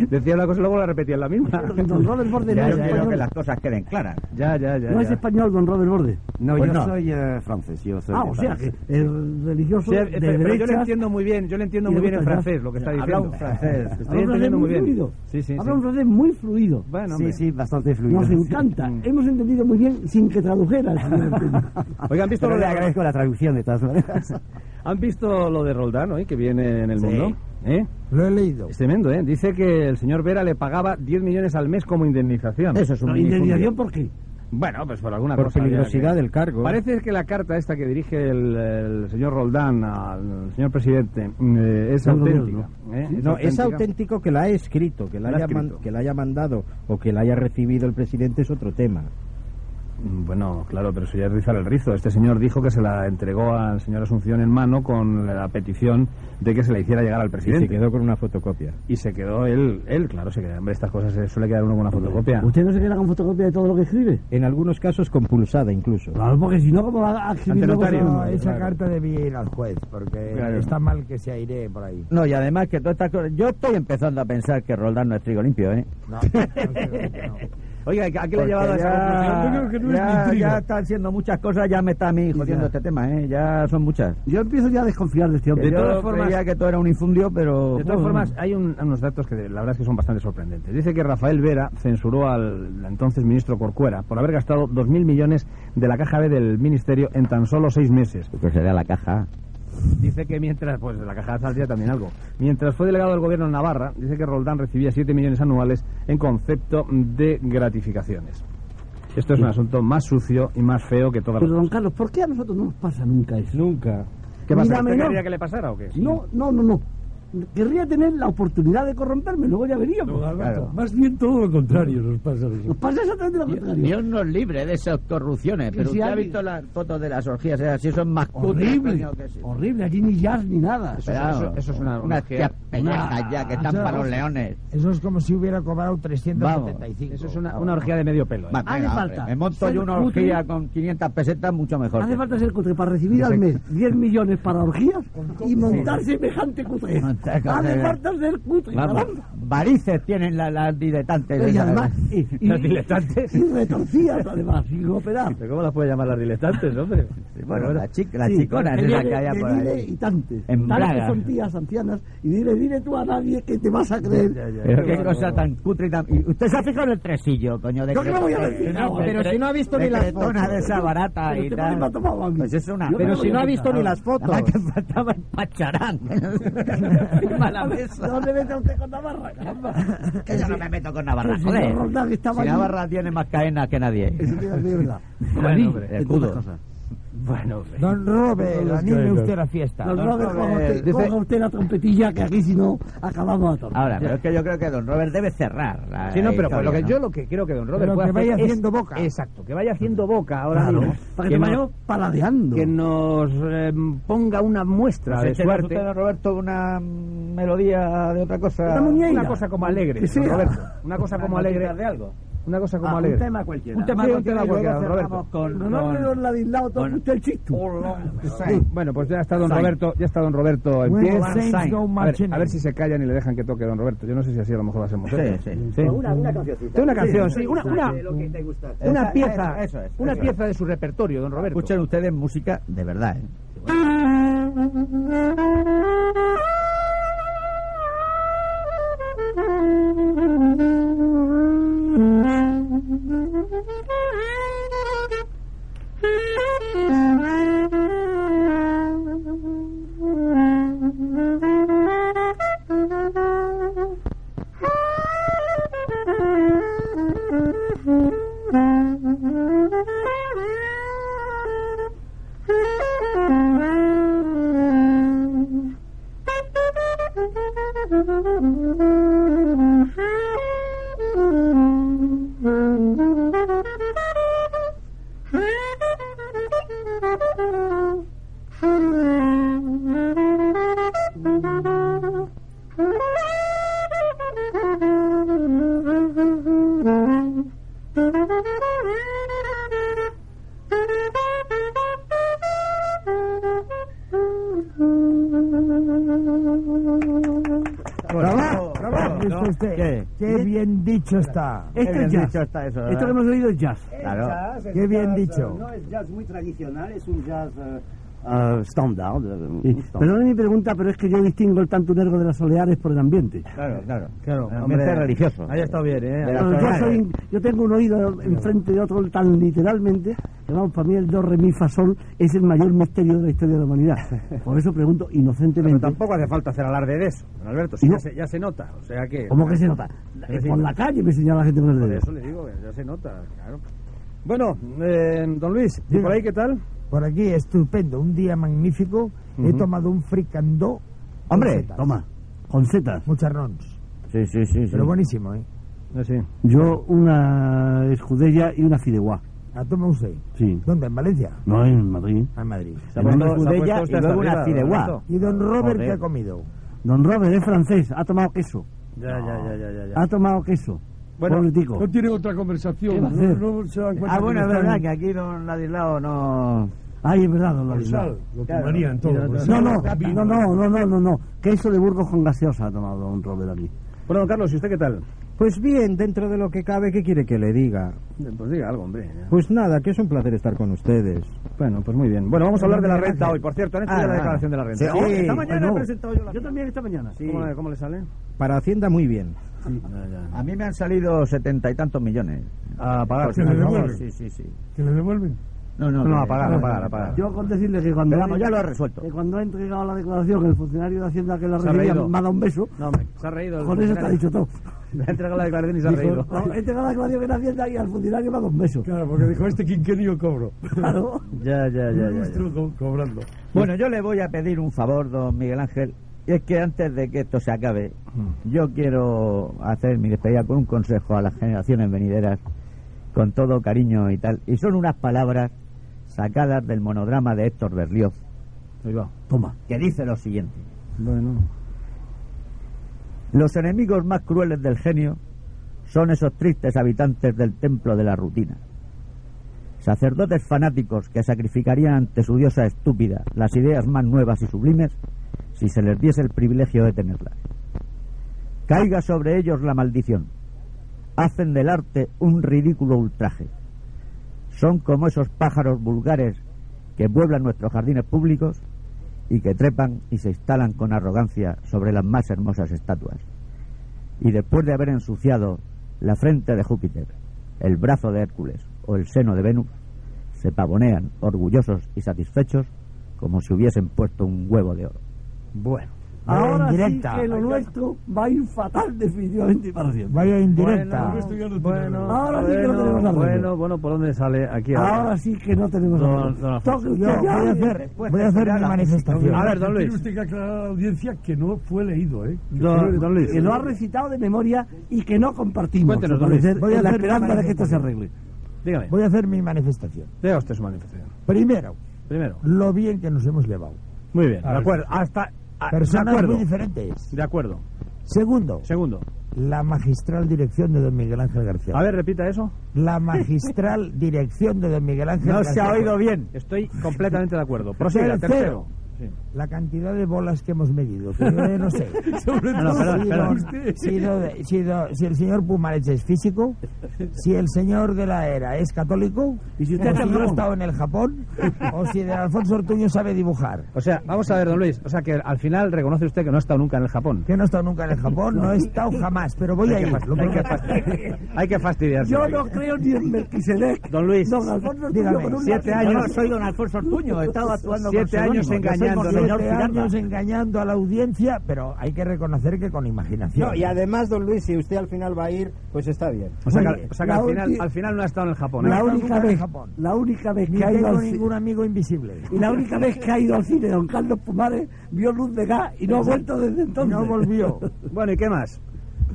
Speaker 4: Decía una cosa y luego la repetía en la misma.
Speaker 14: Don Robert Borde
Speaker 12: Ya,
Speaker 14: no
Speaker 12: yo
Speaker 14: es
Speaker 12: quiero
Speaker 14: español.
Speaker 12: que las cosas queden claras.
Speaker 4: Ya, ya, ya.
Speaker 14: No es
Speaker 4: ya.
Speaker 14: español, don Robert Borde.
Speaker 17: No,
Speaker 14: Pues
Speaker 17: yo soy eh, francés, yo soy...
Speaker 14: Ah,
Speaker 17: de
Speaker 14: o sea,
Speaker 17: París.
Speaker 14: que el religioso
Speaker 4: Sí,
Speaker 14: de
Speaker 4: eh, pero- pero yo le
Speaker 14: derechas-
Speaker 4: entiendo muy bien, yo le entiendo
Speaker 14: y le
Speaker 4: muy bien en
Speaker 14: gusta el
Speaker 4: francés
Speaker 14: jazz.
Speaker 4: lo que está
Speaker 14: Habla
Speaker 4: diciendo.
Speaker 14: un francés.
Speaker 4: Estoy
Speaker 14: Habla un
Speaker 4: entendiendo
Speaker 14: francés
Speaker 4: muy bien.
Speaker 14: fluido.
Speaker 4: Sí, sí,
Speaker 14: Habla
Speaker 4: sí.
Speaker 14: un francés muy fluido.
Speaker 17: Sí, sí, bastante fluido.
Speaker 14: Nos encanta. Hemos entendido muy bien sin que tradujeras.
Speaker 4: Oigan, ¿han visto
Speaker 17: Pero
Speaker 4: lo
Speaker 17: le
Speaker 4: de
Speaker 17: agradezco la traducción de todas maneras.
Speaker 4: ¿Han visto lo de Roldán hoy que viene en el
Speaker 17: Sí.
Speaker 4: mundo? ¿Eh?
Speaker 13: Lo he leído.
Speaker 4: Es tremendo, ¿eh? Dice que el señor Vera le pagaba 10 millones al mes como indemnización.
Speaker 11: Eso es un No,
Speaker 14: ¿Indemnización por qué?
Speaker 4: Bueno, pues por alguna
Speaker 11: Por
Speaker 4: cosa.
Speaker 11: peligrosidad
Speaker 4: había que-
Speaker 11: del cargo.
Speaker 4: Parece que la carta esta que dirige el, el señor Roldán al señor presidente eh, es
Speaker 11: No, no, no,
Speaker 4: auténtica.
Speaker 11: no.
Speaker 4: ¿eh?
Speaker 11: No, es auténtico que la ha escrito, que la,
Speaker 4: La ha
Speaker 11: haya
Speaker 4: escrito. Este
Speaker 11: man- que la haya mandado o que la haya recibido el presidente es otro tema.
Speaker 4: Mm, Bueno, claro, pero eso ya es rizar el rizo. Este señor dijo que se la entregó al señor Asunción en mano con la petición de que se la hiciera llegar al presidente.
Speaker 16: Y se quedó con una fotocopia.
Speaker 4: Y se quedó él, él claro, se queda. Hombre, estas cosas se suele quedar uno con una fotocopia.
Speaker 14: ¿Usted no se queda con fotocopia de todo lo que escribe?
Speaker 16: En algunos casos compulsada incluso.
Speaker 4: Ah,
Speaker 14: Claro, porque si no, ¿cómo va a escribir luego
Speaker 4: notario.
Speaker 14: esa-
Speaker 13: esa
Speaker 14: esa
Speaker 13: carta debía ir al juez, porque
Speaker 12: Claro.
Speaker 13: está mal que se aire por ahí.
Speaker 12: No, y además que todas estas cosas... Yo estoy empezando a pensar que Roldán no es trigo limpio, ¿eh?
Speaker 13: No,
Speaker 12: Oiga, ¿a qué le
Speaker 13: Porque
Speaker 12: ha llevado a
Speaker 13: ya-
Speaker 12: esa conclusión?
Speaker 13: yo creo que no es
Speaker 12: ya,
Speaker 13: ni trigo.
Speaker 12: ya están siendo muchas cosas, ya me está a mí jodiendo este tema, ¿eh? Ya son muchas.
Speaker 14: Yo empiezo ya a desconfiar de este
Speaker 12: Que
Speaker 14: hombre.
Speaker 12: yo creía que todo era un infundio, pero...
Speaker 4: De
Speaker 12: joder.
Speaker 4: todas formas, hay un- unos datos que la verdad es que son bastante sorprendentes. Dice que Rafael Vera censuró al entonces ministro Corcuera por haber gastado 2.000 millones de la caja B del ministerio en tan solo seis meses.
Speaker 12: Que sería la caja.
Speaker 4: Dice que mientras, pues de la caja saldría también algo. Mientras fue delegado del gobierno en Navarra, dice que Roldán recibía 7 millones anuales en concepto de gratificaciones. Esto es un asunto más sucio y más feo que todas las
Speaker 14: Pero, Pues, don Carlos, ¿por qué a nosotros no nos pasa nunca eso?
Speaker 4: Nunca. ¿Qué pasa?
Speaker 14: Mírame, no.
Speaker 4: ¿Usted querría que le pasara o qué?
Speaker 14: No, no, no, no. Querría tener la oportunidad de corromperme, luego ya veríamos.
Speaker 4: Claro.
Speaker 15: Más bien todo lo contrario nos pasa. a nosotros.
Speaker 14: Nos pasa exactamente lo contrario.
Speaker 12: Dios nos libre de esas corrupciones,
Speaker 14: Y
Speaker 12: pero
Speaker 14: si
Speaker 12: usted ha
Speaker 14: alguien-
Speaker 12: visto las fotos de las orgías, ¿eh? así son más cutres,
Speaker 14: Horrible,
Speaker 12: coño, que sí.
Speaker 14: horrible, aquí ni jazz ni nada.
Speaker 12: Eso- Claro. eso- eso es una- Unas tías pellizcas ya, que están
Speaker 13: Eso-
Speaker 12: para los leones.
Speaker 13: Eso es como si hubiera cobrado 375.
Speaker 4: Eso es una, una orgía de medio pelo. ¿eh?
Speaker 12: Va, venga,
Speaker 14: Hace
Speaker 12: hombre,
Speaker 14: falta
Speaker 12: Me monto
Speaker 14: ser
Speaker 12: yo una
Speaker 14: cutre.
Speaker 12: orgía con 500 pesetas mucho mejor.
Speaker 14: Hace falta ser cutre para recibir al mes 10 millones para orgías y montar semejante cutre.
Speaker 12: Montar cutre.
Speaker 14: Hace falta ser cutre.
Speaker 12: Vamos,
Speaker 14: caramba.
Speaker 12: varices tienen la- las diletantes.
Speaker 14: Y
Speaker 12: esas.
Speaker 14: además, y, y-
Speaker 4: Las diletantes.
Speaker 14: y retorcidas además, sin operar.
Speaker 4: ¿Pero ¿Cómo las puede llamar las diletantes, hombre?
Speaker 12: Bueno, las chi- las
Speaker 14: Sí,
Speaker 12: chiconas
Speaker 14: porque
Speaker 12: esas
Speaker 14: dile-
Speaker 12: que había
Speaker 14: que
Speaker 12: por
Speaker 14: dile
Speaker 12: ahí.
Speaker 14: y tantes.
Speaker 12: En
Speaker 14: Tantas
Speaker 12: Braga.
Speaker 14: son tías ancianas y dile, dile tú a nadie que te vas a creer.
Speaker 12: Pero qué cosa tan cutre y tan... y ¿Usted se ha fijado en el tresillo, coño? De
Speaker 14: Yo qué me voy a
Speaker 12: cretona?
Speaker 14: decir,
Speaker 12: De-
Speaker 14: no,
Speaker 12: de-
Speaker 14: pero si no ha visto
Speaker 12: de
Speaker 14: ni las
Speaker 12: cretona
Speaker 14: fotos.
Speaker 12: de esa barata
Speaker 14: Pero
Speaker 12: y
Speaker 14: te
Speaker 12: tal.
Speaker 14: pones más tomado a mí.
Speaker 12: Pues es una...
Speaker 14: Yo me voy a fijar.
Speaker 12: Nada más que faltaba el pacharán. Encima de la mesa.
Speaker 14: ¿Dónde vete usted con Navarra? Caramba.
Speaker 12: Que yo no me meto con Navarra,
Speaker 14: El señor
Speaker 12: joder.
Speaker 14: Roldán estaba
Speaker 12: Si
Speaker 14: allí.
Speaker 12: Navarra tiene más cadenas que nadie.
Speaker 14: Eso te iba a decir, verdad.
Speaker 12: Bueno,
Speaker 14: A mí,
Speaker 12: hombre,
Speaker 14: entre
Speaker 12: escudo.
Speaker 14: otras cosas.
Speaker 4: Bueno, hombre.
Speaker 13: Don Robert, anime usted la fiesta.
Speaker 14: Don Robert,
Speaker 12: Robert,
Speaker 14: coja usted-
Speaker 12: dice-
Speaker 14: coja usted la trompetilla que aquí si no acabamos a todos.
Speaker 12: Ahora, pero es que yo creo que Don Robert debe cerrar. la
Speaker 4: Sí, no, pero pues, lo que
Speaker 12: historia,
Speaker 4: yo
Speaker 12: ¿no?
Speaker 4: lo que creo que don Robert
Speaker 13: Pero
Speaker 4: puede
Speaker 13: que vaya
Speaker 4: hacer es-
Speaker 13: haciendo boca.
Speaker 4: Exacto, que vaya haciendo boca ahora
Speaker 14: Claro,
Speaker 4: mismo.
Speaker 14: para que vaya
Speaker 4: nos-
Speaker 14: paladeando.
Speaker 4: Que nos eh, ponga una muestra
Speaker 12: Pues
Speaker 4: de
Speaker 12: échele
Speaker 4: suerte.
Speaker 12: usted, don Roberto, una mm, melodía de otra cosa.
Speaker 4: Una muñeira. Una cosa como alegre,
Speaker 14: Que sea.
Speaker 4: don Roberto. Una cosa como alegre.
Speaker 12: de algo.
Speaker 4: Una cosa como
Speaker 14: Ah, un
Speaker 4: alegre.
Speaker 14: tema cualquiera.
Speaker 4: Un tema,
Speaker 14: Sí, un
Speaker 4: cualquiera,
Speaker 14: tema
Speaker 4: cualquiera, don
Speaker 14: cualquiera,
Speaker 4: Roberto.
Speaker 12: Con,
Speaker 14: No, no,
Speaker 12: con-
Speaker 14: no, don Ladislao, toma
Speaker 12: con-
Speaker 14: usted el chistu.
Speaker 4: Bueno, pues ya está don
Speaker 12: Sainz.
Speaker 4: Roberto, ya está don Roberto en
Speaker 13: When
Speaker 4: pie.
Speaker 13: the
Speaker 4: A
Speaker 13: saints
Speaker 4: ver,
Speaker 13: go
Speaker 4: a ver,
Speaker 13: marching in.
Speaker 4: si se callan y le dejan que toque don Roberto. Yo no sé si así a lo mejor lo hacemos. ¿eh?
Speaker 12: Sí, sí.
Speaker 4: Una, una canción, sí, una, una, una
Speaker 12: Esa-
Speaker 4: pieza,
Speaker 12: eso es,
Speaker 4: una
Speaker 12: eso
Speaker 4: pieza de su repertorio, don Roberto.
Speaker 12: Escuchen ustedes música de verdad. ¿eh?
Speaker 13: ¡Bravo! ¡Bravo!
Speaker 12: ¿no?
Speaker 13: ¿Viste usted?
Speaker 12: ¿Qué?
Speaker 13: este, ¡Qué bien dicho está!
Speaker 14: Esto
Speaker 12: Qué bien
Speaker 14: es jazz.
Speaker 12: dicho está eso,
Speaker 14: Esto
Speaker 12: ¿verdad?
Speaker 14: que hemos oído es jazz.
Speaker 12: Claro.
Speaker 17: jazz,
Speaker 13: Qué
Speaker 17: es
Speaker 13: bien
Speaker 17: jazz,
Speaker 13: dicho.
Speaker 17: eh, No es jazz muy tradicional, es un jazz eh, eh, estándar. eh, un
Speaker 14: Sí.
Speaker 17: estándar.
Speaker 14: Perdone mi pregunta, pero es que yo distingo el tantunergo de las oleares por el ambiente.
Speaker 12: Claro, claro.
Speaker 16: Claro,
Speaker 12: Ambiente
Speaker 16: hombre,
Speaker 12: religioso.
Speaker 16: Ahí está bien, ¿eh?
Speaker 12: De las
Speaker 14: Pero yo,
Speaker 12: tornadas.
Speaker 14: soy- yo tengo un oído enfrente de otro tan literalmente que vamos, para mí el do, re, mi, fa, sol es el mayor misterio de la historia de la humanidad. Por eso pregunto
Speaker 4: Pero
Speaker 14: inocentemente.
Speaker 4: tampoco hace falta hacer alarde de eso, don Alberto. Si
Speaker 14: No.
Speaker 4: ya, se, ya se nota, o sea que...
Speaker 14: ¿Cómo que se nota? Eh, Por la calle me señala la gente con el
Speaker 4: Por
Speaker 14: dedo.
Speaker 4: eso le digo, ya se nota, claro. Bueno, eh, don Luis, ¿y por ahí qué tal?
Speaker 13: Por aquí, estupendo, un día magnífico. He
Speaker 4: Ujú.
Speaker 13: tomado un fricandó. con
Speaker 14: Hombre,
Speaker 13: setas.
Speaker 14: toma, con setas.
Speaker 13: Muchas rons.
Speaker 12: Sí, sí, sí. sí.
Speaker 13: Pero buenísimo, ¿eh?
Speaker 4: Eh, sí.
Speaker 14: Yo una escudella y una fideuá.
Speaker 13: ¿La toma usted?
Speaker 14: Sí.
Speaker 13: ¿Dónde? ¿En Valencia?
Speaker 14: No, en Madrid.
Speaker 13: Ah, en Madrid.
Speaker 14: Se ha puesto- se ha puesto
Speaker 13: y
Speaker 14: usted
Speaker 13: luego
Speaker 14: arriba,
Speaker 13: una fideuá.
Speaker 14: Roberto.
Speaker 13: ¿Y don Robert
Speaker 14: Joder.
Speaker 13: qué ha comido?
Speaker 14: Don Robert es francés, ha tomado queso.
Speaker 13: Ya, ya, ya, ya, ya.
Speaker 14: Ha tomado queso. Bueno, Pobretico.
Speaker 2: no tienen otra
Speaker 14: Ah, ¿Qué
Speaker 2: conversación.
Speaker 14: va a hacer?
Speaker 2: No, no se dan cuenta
Speaker 12: Ah, bueno,
Speaker 2: que
Speaker 12: es
Speaker 2: me están-
Speaker 12: verdad que aquí don Ladislao no...
Speaker 14: Ay, es verdad, don Ladislao.
Speaker 2: Sal, lo tomarían todo. por
Speaker 14: No,
Speaker 2: sal.
Speaker 14: no, no, no, no, no, no, no. Queso de Burgos con gaseosa ha tomado don Robert aquí.
Speaker 4: Bueno, don Carlos, ¿y usted qué tal?
Speaker 11: Pues bien, dentro de lo que cabe, ¿qué quiere que le diga?
Speaker 4: Pues diga algo, hombre.
Speaker 11: Pues nada, que es un placer estar con ustedes.
Speaker 4: Bueno, pues muy bien. Bueno, vamos a hablar de la renta hoy. Por cierto, han hecho
Speaker 11: Ah,
Speaker 4: ya la
Speaker 11: ah.
Speaker 4: declaración de la renta.
Speaker 11: Sí. pues
Speaker 4: Oh,
Speaker 11: Sí.
Speaker 4: esta mañana
Speaker 11: Bueno.
Speaker 4: he presentado yo la
Speaker 14: Eh, Yo también esta mañana. Sí.
Speaker 4: ¿Cómo, le- cómo le sale? Ah,
Speaker 11: Para Hacienda, muy bien.
Speaker 12: A mí me han salido setenta y tantos millones.
Speaker 4: A pagar.
Speaker 12: Por si acaso.
Speaker 2: devuelven.
Speaker 12: sí, sí, sí.
Speaker 2: ¿Que le devuelven?
Speaker 12: No, no,
Speaker 4: No,
Speaker 12: que-
Speaker 4: a pagar, a pagar, a pagar.
Speaker 14: Yo con decirle que cuando...
Speaker 12: Pero vamos, ya lo he resuelto.
Speaker 14: Que cuando ha entregado la declaración, el funcionario de Hacienda que la
Speaker 4: Se ha
Speaker 14: recibía
Speaker 4: reído.
Speaker 14: me ha dado un beso.
Speaker 4: No, hombre, se ha reído. el
Speaker 14: Con eso te ha
Speaker 4: funcionario.
Speaker 14: dicho todo.
Speaker 4: Le ha entregado la declaración y se ha
Speaker 14: Dijo,
Speaker 4: reído.
Speaker 14: "No, He entregado la declaración en Hacienda y al funcionario me ha dado un beso.
Speaker 2: Claro, porque dijo, este quinquenio cobro.
Speaker 14: Claro.
Speaker 12: Ya, ya, ya, ya, ya.
Speaker 2: Monstruo co- cobrando.
Speaker 12: Bueno, yo le voy a pedir un favor, don Miguel Ángel. Y es que antes de que esto se acabe,
Speaker 4: Mm.
Speaker 12: yo quiero hacer mi despedida con un consejo a las generaciones venideras, con todo cariño y tal. Y son unas palabras sacadas del monodrama de Héctor Berlioz,
Speaker 4: Ahí va.
Speaker 14: Toma.
Speaker 12: que dice lo siguiente.
Speaker 4: Bueno.
Speaker 12: Los enemigos más crueles del genio son esos tristes habitantes del templo de la rutina. Sacerdotes fanáticos que sacrificarían ante su diosa estúpida las ideas más nuevas y sublimes si se les diese el privilegio de tenerlas. Caiga sobre ellos la maldición. Hacen del arte un ridículo ultraje. Son como esos pájaros vulgares que pueblan nuestros jardines públicos y que trepan y se instalan con arrogancia sobre las más hermosas estatuas. Y después de haber ensuciado la frente de Júpiter, el brazo de Hércules o el seno de Venus, se pavonean orgullosos y satisfechos como si hubiesen puesto un huevo de oro.
Speaker 4: Bueno.
Speaker 14: Ahora
Speaker 12: Indirecta.
Speaker 14: sí que lo nuestro va a ir fatal definitivamente y para siempre.
Speaker 13: Vaya indirecta.
Speaker 4: Bueno,
Speaker 2: Estudiando
Speaker 4: bueno,
Speaker 14: Ahora sí que no
Speaker 4: bueno,
Speaker 14: tenemos arreglo.
Speaker 4: bueno, bueno, ¿por dónde sale? Aquí
Speaker 14: Ahora sí que no tenemos
Speaker 4: Don-
Speaker 14: arreglo.
Speaker 4: don Alfonso.
Speaker 14: Toque
Speaker 13: Yo
Speaker 14: usted ya.
Speaker 13: voy a hacer, voy a hacer una manifestación.
Speaker 4: A ver, don Luis.
Speaker 2: Tiene usted que aclarar a la audiencia que no fue leído, ¿eh? Que fue-
Speaker 14: Don- que lo ha recitado de memoria y que no compartimos.
Speaker 4: Cuéntenos, don
Speaker 14: Al parecer,
Speaker 4: Luis.
Speaker 13: Voy a
Speaker 14: en la
Speaker 13: hacer una
Speaker 14: esperanza de que esto se
Speaker 13: manifestación.
Speaker 14: arregle.
Speaker 4: Dígame.
Speaker 13: Voy a hacer mi manifestación.
Speaker 4: Diga usted su manifestación.
Speaker 13: Primero,
Speaker 4: Primero.
Speaker 13: lo bien que nos hemos llevado.
Speaker 4: Muy bien.
Speaker 2: A
Speaker 4: De
Speaker 2: ver.
Speaker 4: acuerdo. Hasta. ah, de
Speaker 13: Personas
Speaker 4: acuerdo.
Speaker 13: muy diferentes.
Speaker 4: De acuerdo.
Speaker 13: Segundo,
Speaker 4: Segundo.
Speaker 13: la magistral dirección de don Miguel Ángel García.
Speaker 4: A ver, repita eso.
Speaker 13: La magistral dirección de don Miguel Ángel
Speaker 4: No
Speaker 13: García.
Speaker 4: se ha oído bien. Estoy completamente de acuerdo. Prosiga, tercero.
Speaker 13: Tercero. La cantidad de bolas que hemos medido, que yo no sé.
Speaker 4: Sobre
Speaker 13: No,
Speaker 4: todo,
Speaker 13: si,
Speaker 4: espera,
Speaker 13: don-
Speaker 4: espera.
Speaker 13: si don- si don- si el señor Pumareche es físico, si el señor de la era es católico,
Speaker 4: Y si usted
Speaker 13: o
Speaker 4: es
Speaker 13: si yo he
Speaker 4: cabrón.
Speaker 13: estado en el Japón, o si de Alfonso Ortuño sabe dibujar.
Speaker 4: O sea, vamos a ver, don Luis. O sea, que al final reconoce usted que no ha estado nunca en el Japón.
Speaker 13: Que no he estado nunca en el Japón, no he estado jamás, pero voy a ir. lo
Speaker 4: Hay que,
Speaker 13: prometo.
Speaker 4: fastidiar. Hay que fastidiarse.
Speaker 14: Yo no creo ni en Melquisedec.
Speaker 4: Don Luis,
Speaker 14: Don Alfonso,
Speaker 13: dígame,
Speaker 14: con un
Speaker 4: siete
Speaker 14: látigo.
Speaker 4: años-
Speaker 12: Yo no soy don Alfonso Ortuño, he estado actuando con
Speaker 4: Siete
Speaker 12: seudónimo, yo
Speaker 4: años
Speaker 12: soy
Speaker 4: engañando,
Speaker 12: monseñor
Speaker 13: Siete
Speaker 12: Girarda.
Speaker 13: años engañando a la audiencia, pero hay que reconocer que con imaginación.
Speaker 11: No, y además, don Luis, si usted al final va a ir, pues está bien.
Speaker 4: O sea,
Speaker 13: Oye,
Speaker 4: que, o sea que
Speaker 14: la
Speaker 4: al, final,
Speaker 14: ulti-
Speaker 4: al final no ha estado en el Japón. ¿eh?
Speaker 14: La
Speaker 13: No,
Speaker 14: única
Speaker 13: nunca en
Speaker 14: vez,
Speaker 13: Japón.
Speaker 14: la única vez
Speaker 13: Ni
Speaker 14: que ha ido
Speaker 13: tengo
Speaker 14: al ci-
Speaker 13: ningún amigo invisible.
Speaker 14: y la única vez que ha ido al cine don Carlos Pumares vio luz de gas y no ha vuelto desde entonces.
Speaker 13: No volvió.
Speaker 4: Bueno, ¿y qué más?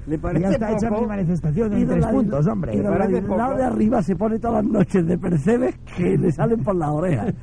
Speaker 14: Le
Speaker 13: Ya está hecha mi manifestación en tres puntos, hombre.
Speaker 14: Y don Ladislao de arriba se pone todas las noches de percebes que le salen por las orejas.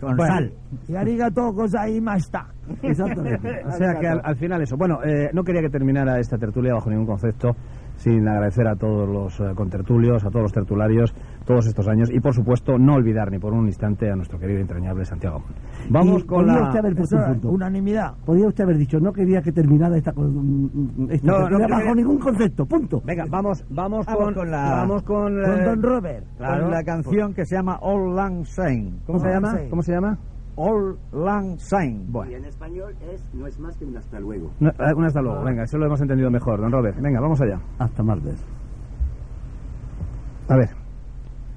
Speaker 12: Con
Speaker 4: Bueno,
Speaker 12: sal.
Speaker 13: Y arigato gozaimashita.
Speaker 14: Exactamente.
Speaker 4: O sea que al, al final eso. Bueno, eh, no quería que terminara esta tertulia bajo ningún concepto sin agradecer a todos los eh, contertulios, a todos los tertularios, todos estos años y por supuesto no olvidar ni por un instante a nuestro querido e entrañable Santiago. Amón. Vamos
Speaker 14: Y
Speaker 4: con
Speaker 14: podía
Speaker 4: la...
Speaker 14: usted haber puesto un
Speaker 13: Eso,
Speaker 14: punto.
Speaker 13: Unanimidad.
Speaker 14: Podría usted haber dicho, no quería que terminara esta. con- esta
Speaker 4: No, no
Speaker 14: tertulia
Speaker 4: quería-
Speaker 14: bajo ningún concepto, punto.
Speaker 4: Venga, vamos, vamos,
Speaker 12: Vamos
Speaker 4: con,
Speaker 12: con la-
Speaker 4: Vamos con... eh,
Speaker 13: Con Don Robert.
Speaker 4: claro.
Speaker 12: Con la canción que se llama All Lang Syne.
Speaker 4: ¿Cómo se
Speaker 13: All
Speaker 4: llama?
Speaker 13: Lang Syne.
Speaker 4: ¿Cómo se llama?
Speaker 12: All Lang Syne. Bueno,
Speaker 14: en español es no es más que un hasta luego.
Speaker 4: No, eh, un hasta luego. Venga, eso lo hemos entendido mejor, don Robert. Venga, vamos allá.
Speaker 14: Ah. Hasta martes.
Speaker 4: A ver.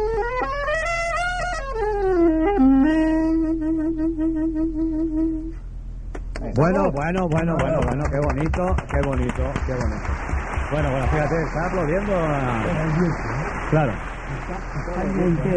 Speaker 18: Thank you. Bueno, bueno, bueno, bueno, qué bonito, qué bonito, qué bonito. Bueno, bueno, fíjate, está aplaudiendo. a-
Speaker 14: ¿eh?
Speaker 18: Claro.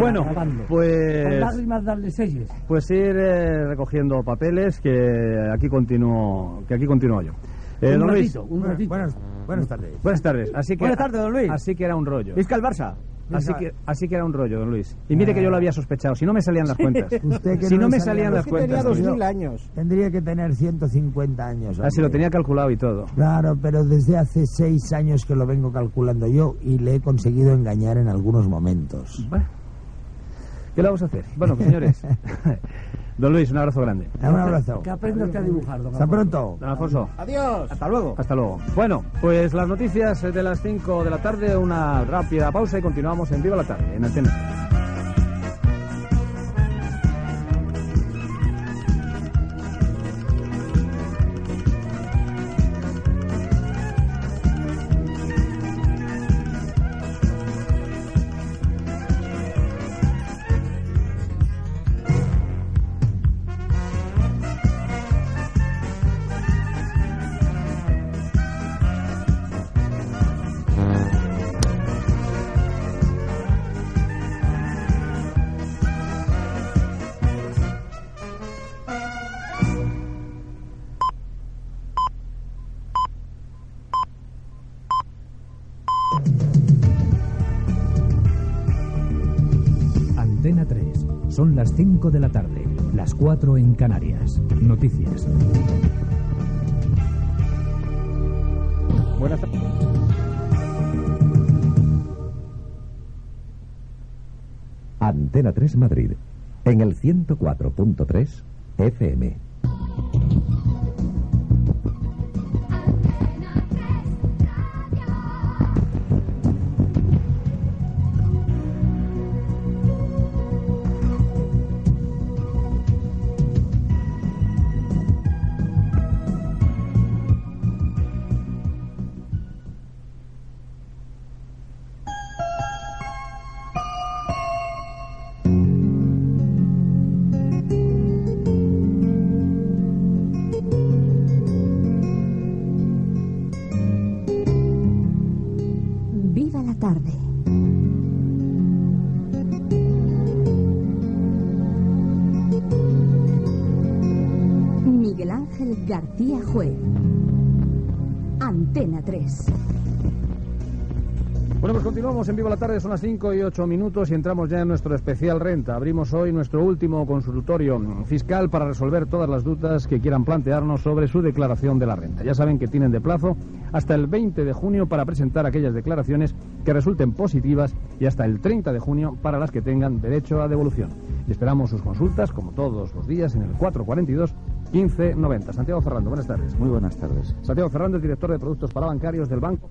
Speaker 18: Bueno,
Speaker 14: Con
Speaker 18: pues
Speaker 14: lágrimas darle selles.
Speaker 4: Pues ir eh, recogiendo papeles que aquí continúo, que aquí continúo yo. Eh,
Speaker 14: un
Speaker 4: don Luis.
Speaker 14: ratito, un ratito. Buenas, tardes.
Speaker 4: Buenas tardes. Así que,
Speaker 14: Buenas tardes, don Luis.
Speaker 4: Así que era un rollo.
Speaker 14: ¿Vizca el Barça?
Speaker 4: Así que, así que era un rollo, don Luis. Y mire que yo lo había sospechado. Si no me salían las cuentas.
Speaker 13: Usted que
Speaker 4: si no,
Speaker 13: le
Speaker 4: me
Speaker 13: salían
Speaker 4: salían las cuentas. don Luis.
Speaker 13: años. Tendría que tener 150 años.
Speaker 4: Ah, sí, lo
Speaker 13: hombre.
Speaker 4: tenía calculado y todo.
Speaker 13: Claro, pero desde hace seis años que lo vengo calculando yo y le he conseguido engañar en algunos momentos.
Speaker 4: ¿Qué le vamos a hacer? Bueno, pues, señores. don Luis, un abrazo grande.
Speaker 13: Un abrazo.
Speaker 14: Que aprenda usted a dibujar, don
Speaker 13: Hasta
Speaker 14: Alfonso.
Speaker 13: pronto.
Speaker 4: Don Alfonso.
Speaker 14: Adiós. Hasta luego.
Speaker 4: Hasta luego. Bueno, pues las noticias de las 5 de la tarde, una rápida pausa y continuamos en Viva la Tarde, en Antena.
Speaker 19: Antena 3. Son las 5 de la tarde, las 4 en Canarias. Noticias.
Speaker 4: Buenas tardes.
Speaker 20: Antena 3 Madrid, en el 104.3 FM.
Speaker 8: Viva la tarde.
Speaker 3: Miguel Ángel García Juez. Antena 3.
Speaker 4: Bueno, pues continuamos en Viva la Tarde, son las 5 y 8 minutos y entramos ya en nuestro especial renta. Abrimos hoy nuestro último consultorio fiscal para resolver todas las dudas que quieran plantearnos sobre su declaración de la renta. Ya saben que tienen de plazo hasta el 20 de junio para presentar aquellas declaraciones que resulten positivas y hasta el 30 de junio para las que tengan derecho a devolución. Y esperamos sus consultas, como todos los días, en el 442-1590. Santiago Ferrando, buenas tardes.
Speaker 21: Muy buenas tardes.
Speaker 4: Santiago Ferrando, director de productos para bancarios del Banco